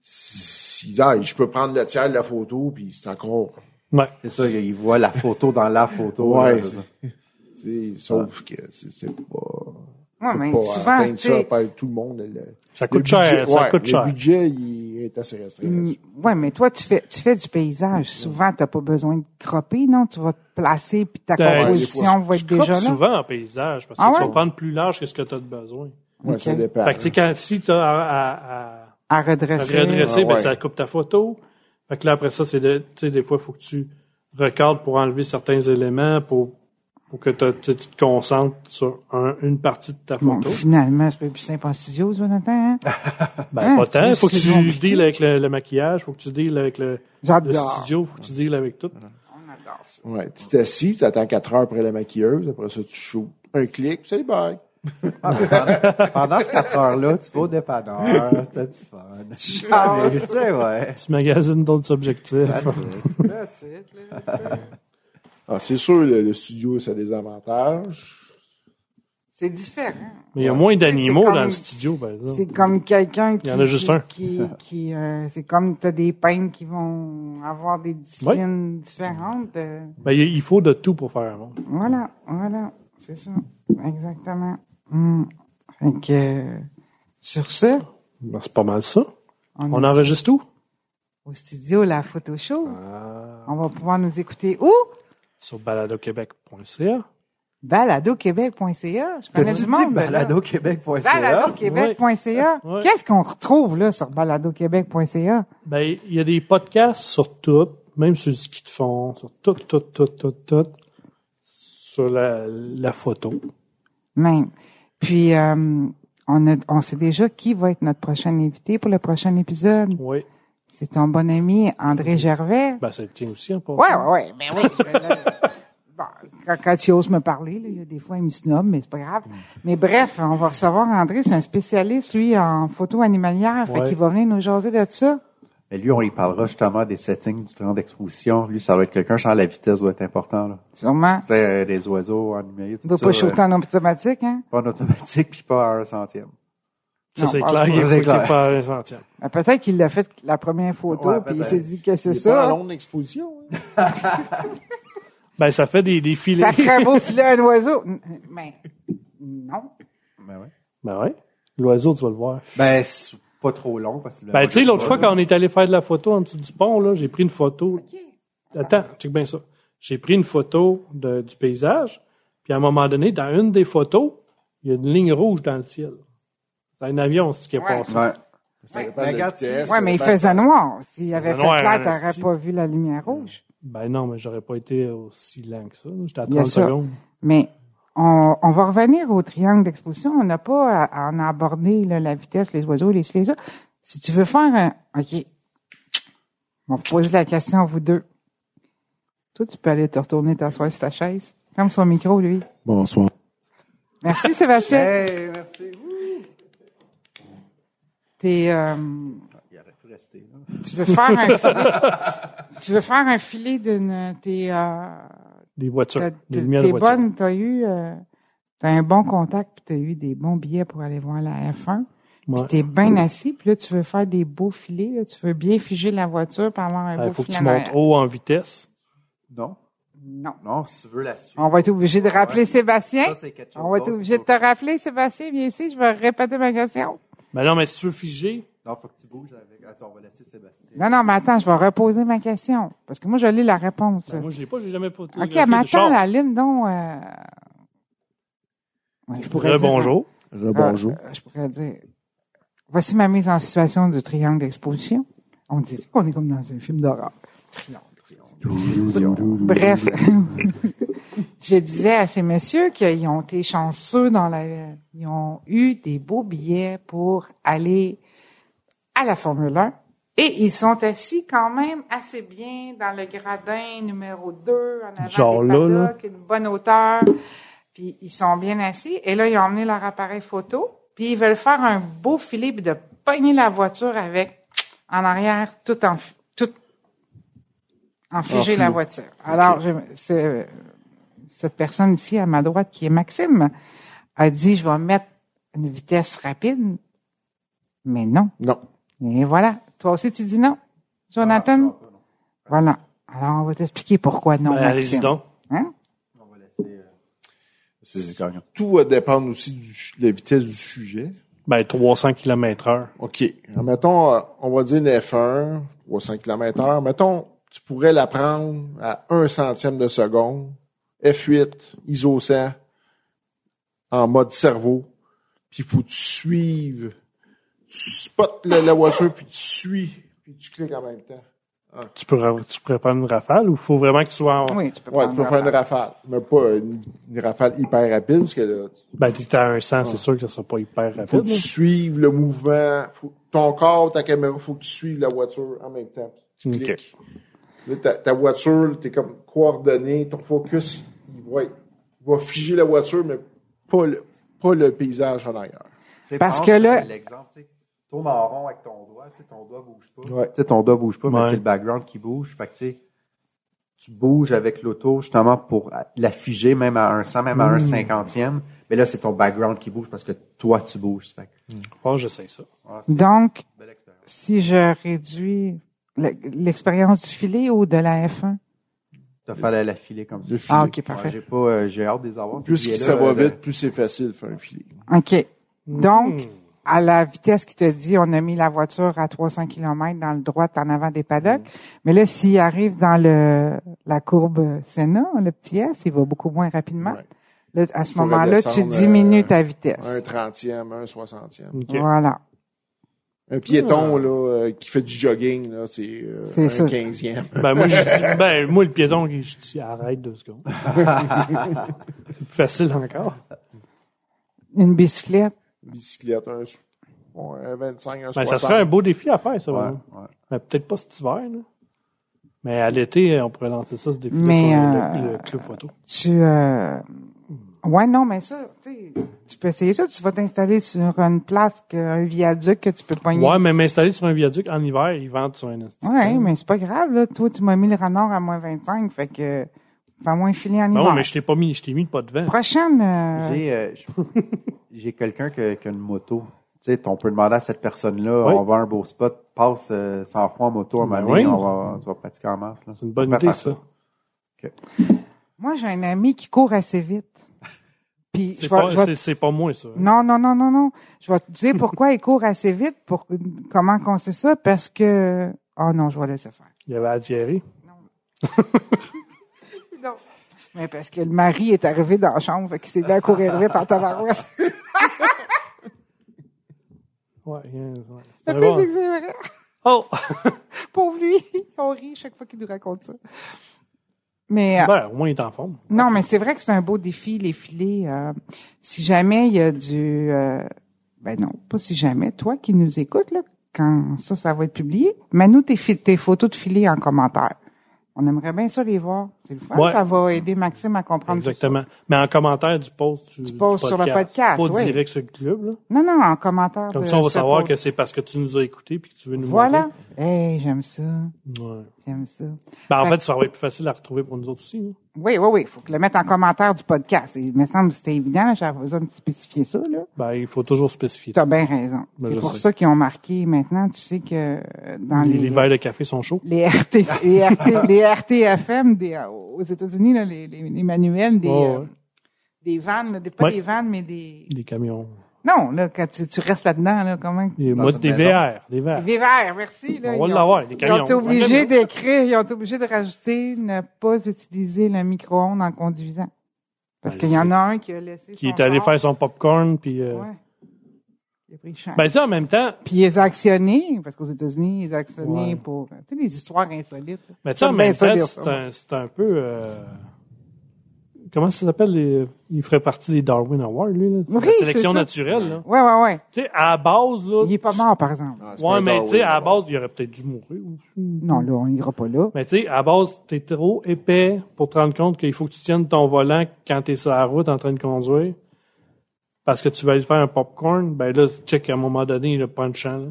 Si- ah, je peux prendre le tiers de la photo, puis c'est encore...
Ouais.
C'est ça, il voit la photo dans la photo.
Ouais,
là, c'est ça.
tu sais, sauf que c'est c'est pas...
Ouais, mais
pas
Ah. souvent,
atteindre
tu sais,
ça par tout le monde. Le,
Ça
le
coûte cher.
budget-
ça
ouais,
coûte cher.
Le budget, il est assez restreint
Mm,
là-dessus.
Ouais, mais toi, tu fais, tu fais du paysage. Souvent, t'as pas besoin de cropper, non? Tu vas te placer, puis ta
Ben,
composition va être
Tu croppes
déjà là.
souvent en paysage parce que
Ah
tu vas
ouais?
prendre plus large que ce que tu as de besoin.
Ben, Ouais,
Ok.
ça dépend.
Fait que, tu sais, quand, si tu as à, à-
À
à
redresser.
redresser,
Ah
ben,
ouais.
ça coupe ta photo. Fait que là, après ça, c'est de, tu sais, des fois, il faut que tu recordes pour enlever certains éléments pour, pour que t'as- tu sais, tu te concentres sur un- une partie de ta
Bon,
photo.
finalement, je peux plus simple en studio, Jonathan. Hein?
ben, pas
hein,
tant.
c'est-
Faut que
c'est
tu
compliqué.
deals avec le, le maquillage, faut que tu deals avec le, le
J'adore.
studio, faut que tu deals avec tout.
On adore ça.
Ouais, tu t'assis, tu attends 4 heures après la maquilleuse, après ça, tu shoots un clic, puis salut, bye.
Ah, mais pendant, pendant ces quatre heures-là, tu vas au dépanneur, t'as du fun. Tu
chasses.
Tu sais, ouais.
Tu magasines d'autres objectifs.
That's it.
Ah, c'est sûr, le, le studio, ça a des avantages.
C'est différent.
Mais il y a moins d'animaux
comme-
dans le studio, par exemple.
C'est comme quelqu'un qui.
Il y en a juste
qui-
un.
Qui, qui, euh, c'est comme t'as des peintres qui vont avoir des disciplines différentes. euh,
Ben, il il faut de tout pour faire un monde. Mm.
Voilà, voilà, c'est ça, exactement. Hmm. Fait que, euh, sur ce,
Ben, c'est pas mal ça.
on,
On Ah.
est
enregistre tout?
au studio La Photo Show. On va pouvoir nous écouter où?
Sur baladoquebec.ca.
baladoquebec.ca. Je connais
T'as-tu
du
dit
monde. là.
baladoquebec.ca?
baladoquebec.ca.
Ouais.
Qu'est-ce qu'on retrouve là sur baladoquebec.ca?
Ben, il y a des podcasts sur tout, même sur le ski de fond, sur tout, tout, tout, tout, tout, sur la, la photo.
Même. Puis, euh, on, a, on sait déjà qui va être notre prochain invité pour le prochain épisode.
Oui.
C'est ton bon ami André Gervais.
Ben, ça le tient aussi, en passant.
Ouais, ouais, ouais, mais oui. je- Ben, là, bon, quand, quand tu oses me parler, là, il y a des fois, il me snob, mais c'est pas grave. Mais bref, on va recevoir André, c'est un spécialiste, lui, en photo animalière, fait
Ouais.
qu'il va venir nous jaser de ça.
Mais lui, on y parlera justement des settings du temps d'exposition. Lui, ça va être quelqu'un, je sens la vitesse doit être importante. Là.
Sûrement.
Tu sais, euh, les oiseaux en lumière,
Il
tout
va
ça.
pas
euh,
shooter en automatique, hein?
pas en automatique, puis pas à un centième.
Ça, c'est
Non, pense
clair, il
pas. C'est
est
clair.
pas un centième.
Ben, Peut-être qu'il l'a fait la première photo,
Ouais,
puis il
peut-être.
s'est dit que c'est
C'est pas
ça.
à longue exposition. hein.
Ben, ça fait des, des filets.
Ça ferait beau filer un oiseau. N- n- Mais non.
Ben ouais.
Ben, ouais. L'oiseau, tu vas le voir.
Ben, c'est pas trop long, parce que...
Ben, tu sais, l'autre fois, quand on est allé faire de la photo en dessous du pont, là, j'ai pris une photo. Attends, check bien ça. J'ai pris une photo de- du paysage, puis à un moment donné, dans une des photos, il y a une ligne rouge dans le ciel. C'est un avion, ce qui est
Ouais.
Ben,
passé.
Ouais.
Ça dépend
Ben,
de la
regarde, si-
vitesse,
Ouais,
ça
mais il
dépend-
faisait noir. S'il avait fait
faisait noir,
clair,
en
t'aurais
esti.
pas vu la lumière rouge.
Ben non, mais j'aurais pas été aussi lent que ça. J'étais à
Il y a
30
ça.
secondes.
Mais on, on va revenir au triangle d'exposition. On n'a pas à, à en aborder là, la vitesse, les oiseaux, les ci, les ça. Si tu veux faire un... OK. On vous pose la question, vous deux. Toi, tu peux aller te retourner t'asseoir sur ta chaise. Comme son micro, lui.
Bonsoir.
Merci, Sébastien.
Hey, merci. Ouh.
T'es, euh,
Il aurait pu rester là.
tu veux faire un filet... tu veux faire un filet d'une... T'es... euh,
Des voitures.
T'as-
des
T'es
lumières
t'es
de voitures.
bonne, t'as eu euh, t'as un bon contact, puis t'as eu des bons billets pour aller voir la F1.
Ouais. Mm.
Puis t'es bien assis, puis là tu veux faire des beaux filets, là, tu veux bien figer la voiture pour avoir un
Il
beau
Euh, Ah, faut que
filet.
tu
en
montes
arrière.
haut en vitesse.
Non,
Non.
non, si tu veux la suite.
On va être obligé de rappeler Sébastien.
Ça, c'est quelque chose
On va être
d'autre.
obligé de te rappeler, Sébastien, viens ici, je vais répéter ma question.
Ben non, mais si tu veux figer,
Non, faut que tu bouges avec. Attends, on va laisser Sébastien.
Non, non, mais attends, je vais reposer ma question. Parce que moi, je lis la réponse.
ben moi je l'ai pas, j'ai jamais pas.
OK, mais attends, la lime, donc... euh, ouais, je pourrais dire-
bonjour.
Rebonjour.
Euh, je pourrais dire, voici ma mise en situation de triangle d'exposition. On dirait qu'on est comme dans un film d'horreur. Triangle. Bref, je disais à ces messieurs qu'ils ont été chanceux dans la, ils ont eu des beaux billets pour aller à la Formule 1 et ils sont assis quand même assez bien dans le gradin numéro 2 en avant
Genre
des
là, là.
paddocks, une bonne hauteur. Puis ils sont bien assis et là ils ont emmené leur appareil photo, puis ils veulent faire un beau filet puis de pogner la voiture avec en arrière tout en fi- tout en
Ah,
figer la voiture. Alors, je- c'est- cette personne ici à ma droite qui est Maxime a dit je vais mettre une vitesse rapide, mais non.
Non.
Et voilà. Toi aussi tu dis non,
Ah,
Jonathan.
Non, non, non.
Voilà. Alors on va t'expliquer pourquoi non,
Ben, Allez-y
Maxime.
donc.
Hein?
On va laisser. euh,
C'est Tout va dépendre aussi de la vitesse du sujet.
Ben 300 km heure.
OK. Mettons, euh, on va dire une F1 ou 5 km heure. Mettons, tu pourrais la prendre à 1 centième de seconde, F8, ISO 100, en mode cerveau. Puis faut que tu suives. Tu spots la, la voiture, puis tu suis. Puis tu cliques en même temps.
Tu peux tu pourrais prendre une rafale ou faut vraiment que tu sois en...
Oui, tu peux
Ouais,
prendre
tu peux
la
faire une
parole.
rafale. Mais pas une, une rafale hyper rapide, parce que là,
Ben t'es à un 100, c'est sûr que ça sera pas hyper
faut que
rapide.
tu suives le mouvement. Faut, ton corps, ta caméra, faut que tu suives la voiture en même temps. Tu
Ok.
cliques. Là, ta, ta voiture, t'es comme coordonné, ton focus, il va, être- il va figer la voiture, mais pas le, pas le paysage en arrière.
Tu sais,
Parce
pense
que là-
à L'exemple, tu sais, tourne en rond avec ton doigt, tu sais, ton doigt bouge pas.
Ouais.
Tu sais, ton doigt bouge pas, mais
Ouais.
c'est le background qui bouge. Fait que, tu sais, tu bouges avec l'auto justement pour la figer même à un 100, même à
Hmm.
un cinquantième. Mais là, c'est ton background qui bouge parce que toi, tu bouges. Fait que,
Faut que j'essaie ça.
ouais, c'est une
Donc,
belle expérience.
si je réduis le- l'expérience du filet ou de la F1?
T'as fallu la filer comme ça.
Le filet.
Ah, OK,
Ouais,
parfait.
j'ai pas, euh, j'ai hâte des avoir.
Plus
ces billets-là,
ça va
euh, de-
vite, plus c'est facile de faire un filet.
OK.
Hmm.
Donc, à la vitesse qui te dit, on a mis la voiture à 300 km dans le droit en avant des paddocks.
Hmm.
Mais là, s'il arrive dans le la courbe Senna, le petit S, il va beaucoup moins rapidement.
Ouais.
Là, à ce
pourrais
moment-là, tu
descendre,
diminues
euh,
ta vitesse.
Un trentième, un soixantième.
Ok.
Voilà.
Un piéton,
Ah.
là, euh, qui fait du jogging, là, c'est euh,
C'est ça.
un quinzième.
Ben moi je dis ben moi le piéton je dis arrête deux secondes. c'est plus facile encore.
Une bicyclette.
Bicyclette, un, so- bon, un 25, un
Ben,
60.
ça serait un beau défi à faire, ça.
Ouais,
vraiment.
ouais.
Mais peut-être pas cet hiver, là. Mais à l'été, on pourrait lancer ça, ce défi
Mais,
sur
euh,
le- le, club photo.
Tu euh, ouais non mais ça tu sais, tu peux essayer ça tu vas t'installer sur une place que- un viaduc que tu peux pogner
Ouais, mais m'installer sur un viaduc en hiver, ils vendent sur un esti-
Ouais, mais c'est pas grave, là. Toi, tu m'as mis le renard à moins 25, fait que fais moins filer en
Ben
hiver.
ouais, mais je t'ai pas mis, je t'ai mis le pas de vent.
Prochaine, euh,
J'ai, euh, je- j'ai quelqu'un qui, a- qui a une moto. Tu sais, on peut demander à cette personne-là,
Oui.
on va à un beau spot, passe euh, 100 fois en moto à un
Ben
moment donné,
oui.
on va, tu vas pratiquer en masse. là.
C'est une bonne
Ben,
On pourrait
idée,
faire
ça.
moi, j'ai un ami qui court assez vite. Puis, je
C'est
vais,
pas,
je vais-
c'est- c'est pas moi, ça.
non, non, non, non, non. Je vais te dire pourquoi il court assez vite, pour, comment qu'on sait ça, parce que, oh non, je vais laisser faire.
Il y avait à Thierry.
Non. Mais parce que le mari est arrivé dans la chambre, fait qu'il s'est mis à courir vite en tabarouette.
Ouais, euh, ouais.
Le
C'est
plus, Ah.
bon.
c'est que c'est vrai.
Oh!
Pauvre lui, on rit chaque fois qu'il nous raconte ça. Mais euh,
Ben, au moins, il est en forme.
non, mais c'est vrai que c'est un beau défi, les filets. euh, si jamais il y a du... euh, ben non, pas si jamais. Toi qui nous écoutes, là, quand ça, ça va être publié, mets-nous tes, fi- tes photos de filets en commentaire. On aimerait bien ça les voir. C'est le fun.
Ouais.
Ça va aider Maxime à comprendre. tout ça.
Exactement. Mais en commentaire du post, tu,
post sur le podcast,
Pas
oui. Ah,
direct sur le club, là.
Non, non, en commentaire.
Comme
de
ça, on va
ce
savoir
pod-
que c'est parce que tu nous as écoutés puis que tu veux nous
Voilà.
montrer.
Hey, j'aime ça.
Ouais.
J'aime ça.
Ben, en
Fait-
fait, ça va être plus facile à retrouver pour nous autres aussi. hein.
Oui, oui, oui. Faut que le mettre en commentaire du podcast. Il me semble que c'était évident. là, J'avais besoin de spécifier ça, là.
Ben, il faut toujours spécifier.
T'as bien raison.
Ben,
c'est
je
pour
sais.
ça qu'ils ont marqué maintenant. Tu sais que euh, dans
Les,
les,
les verres de café sont chauds.
les RT, les RT, les RTFM des, euh, aux États-Unis, là, les, les, les manuels des,
Ouais,
euh,
ouais.
des vannes, là, des- pas
Ouais.
des vannes, mais des.
Les camions.
Non, là, quand tu, tu restes là-dedans, là, comment?
Les
Dans
modes
cette
des
maison.
VR. Des VR.
Vivaire, merci. Là,
On va
ils ont-
l'avoir, les
Ils ont
camions.
été obligés d'écrire, ils ont été obligés de rajouter ne pas utiliser le micro-ondes en conduisant. Parce
Ben,
qu'il y en
c'est-
a un qui a laissé
Qui
son
est allé
char.
faire son popcorn, puis... euh,
Ouais. Il a pris cher.
Ben, tu sais, en même temps,
Puis il les a actionnés, parce qu'aux États-Unis, ils les actionnés
Ouais.
pour... Tu sais, des histoires insolites. là.
Mais tu sais, en
J'aime
même
bien ça,
temps,
lire
c'est
ça.
un, c'est un peu. euh, comment ça s'appelle les, Il ferait partie des Darwin Awards, lui. Là.
Oui,
la
c'est
sélection
ça.
naturelle. Là.
Ouais, ouais, ouais.
Tu sais, à la base, là.
Il est pas mort, par exemple.
Ah, c'est pas
Ouais, mais
Darwin,
tu sais, à la
d'abord.
base, il aurait peut-être dû mourir. ou-
Non, là, on n'ira pas là.
Mais tu sais, à la base, t'es trop épais pour te rendre compte qu'il faut que tu tiennes ton volant quand t'es sur la route en train de conduire. Parce que tu vas aller faire un popcorn, ben là, check, à un moment donné, il a pas de champ. là.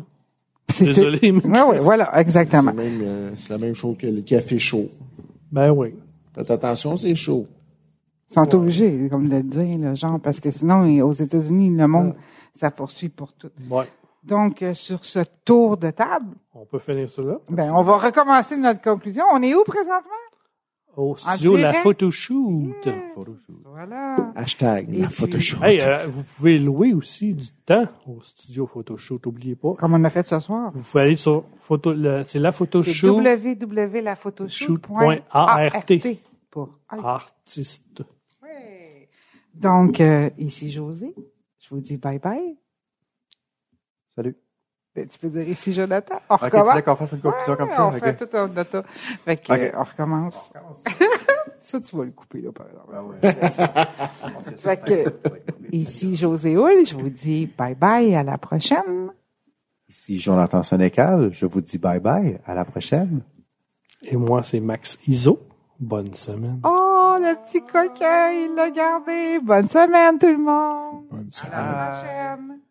C'est-
Désolé, mais.
Ouais, ouais, voilà,
C'est
exactement.
même, euh, c'est la même chose que le café chaud.
Ben oui.
Faites attention, c'est chaud.
Ils sont obligés, comme de le dire, là, genre, parce que sinon, ils- aux États-Unis, le monde, ça poursuit pour tout.
Ouais.
Donc, euh, sur ce tour de table,
On peut finir ça là.
ben, on va recommencer notre conclusion. On est où présentement?
Au studio, la
direct?
photo shoot.
Hmm.
Voilà.
Hashtag
Et
la
puis-
photoshoot.
Hey, euh, vous pouvez louer aussi du temps au studio Photoshoot, n'oubliez pas.
Comme on a fait ce soir.
Vous pouvez aller sur photo, le- c'est la
C'est
Photoshoot
www.lafotoshoot.art pour Art.
artiste.
Ouais. Donc, euh, ici José, je vous dis bye-bye.
Salut.
Ben, Tu peux dire ici Jonathan. On
Ok, tu
recommence.
voulais qu'on fasse une conclusion
Ouais,
comme ça?
on
Ok.
fait tout un data. Fait que,
Ok.
euh, on recommence. ça, tu vas le couper, là, par exemple.
Ah ouais.
Fait que, ici José Houle, je vous dis bye-bye, à la prochaine.
Ici Jonathan Sonécal, je vous dis bye bye, à la prochaine.
Et moi, c'est Max Iso. Bonne semaine.
Oh, le petit coquin, il l'a gardé. Bonne semaine, tout le monde.
Bonne soirée.
À la prochaine.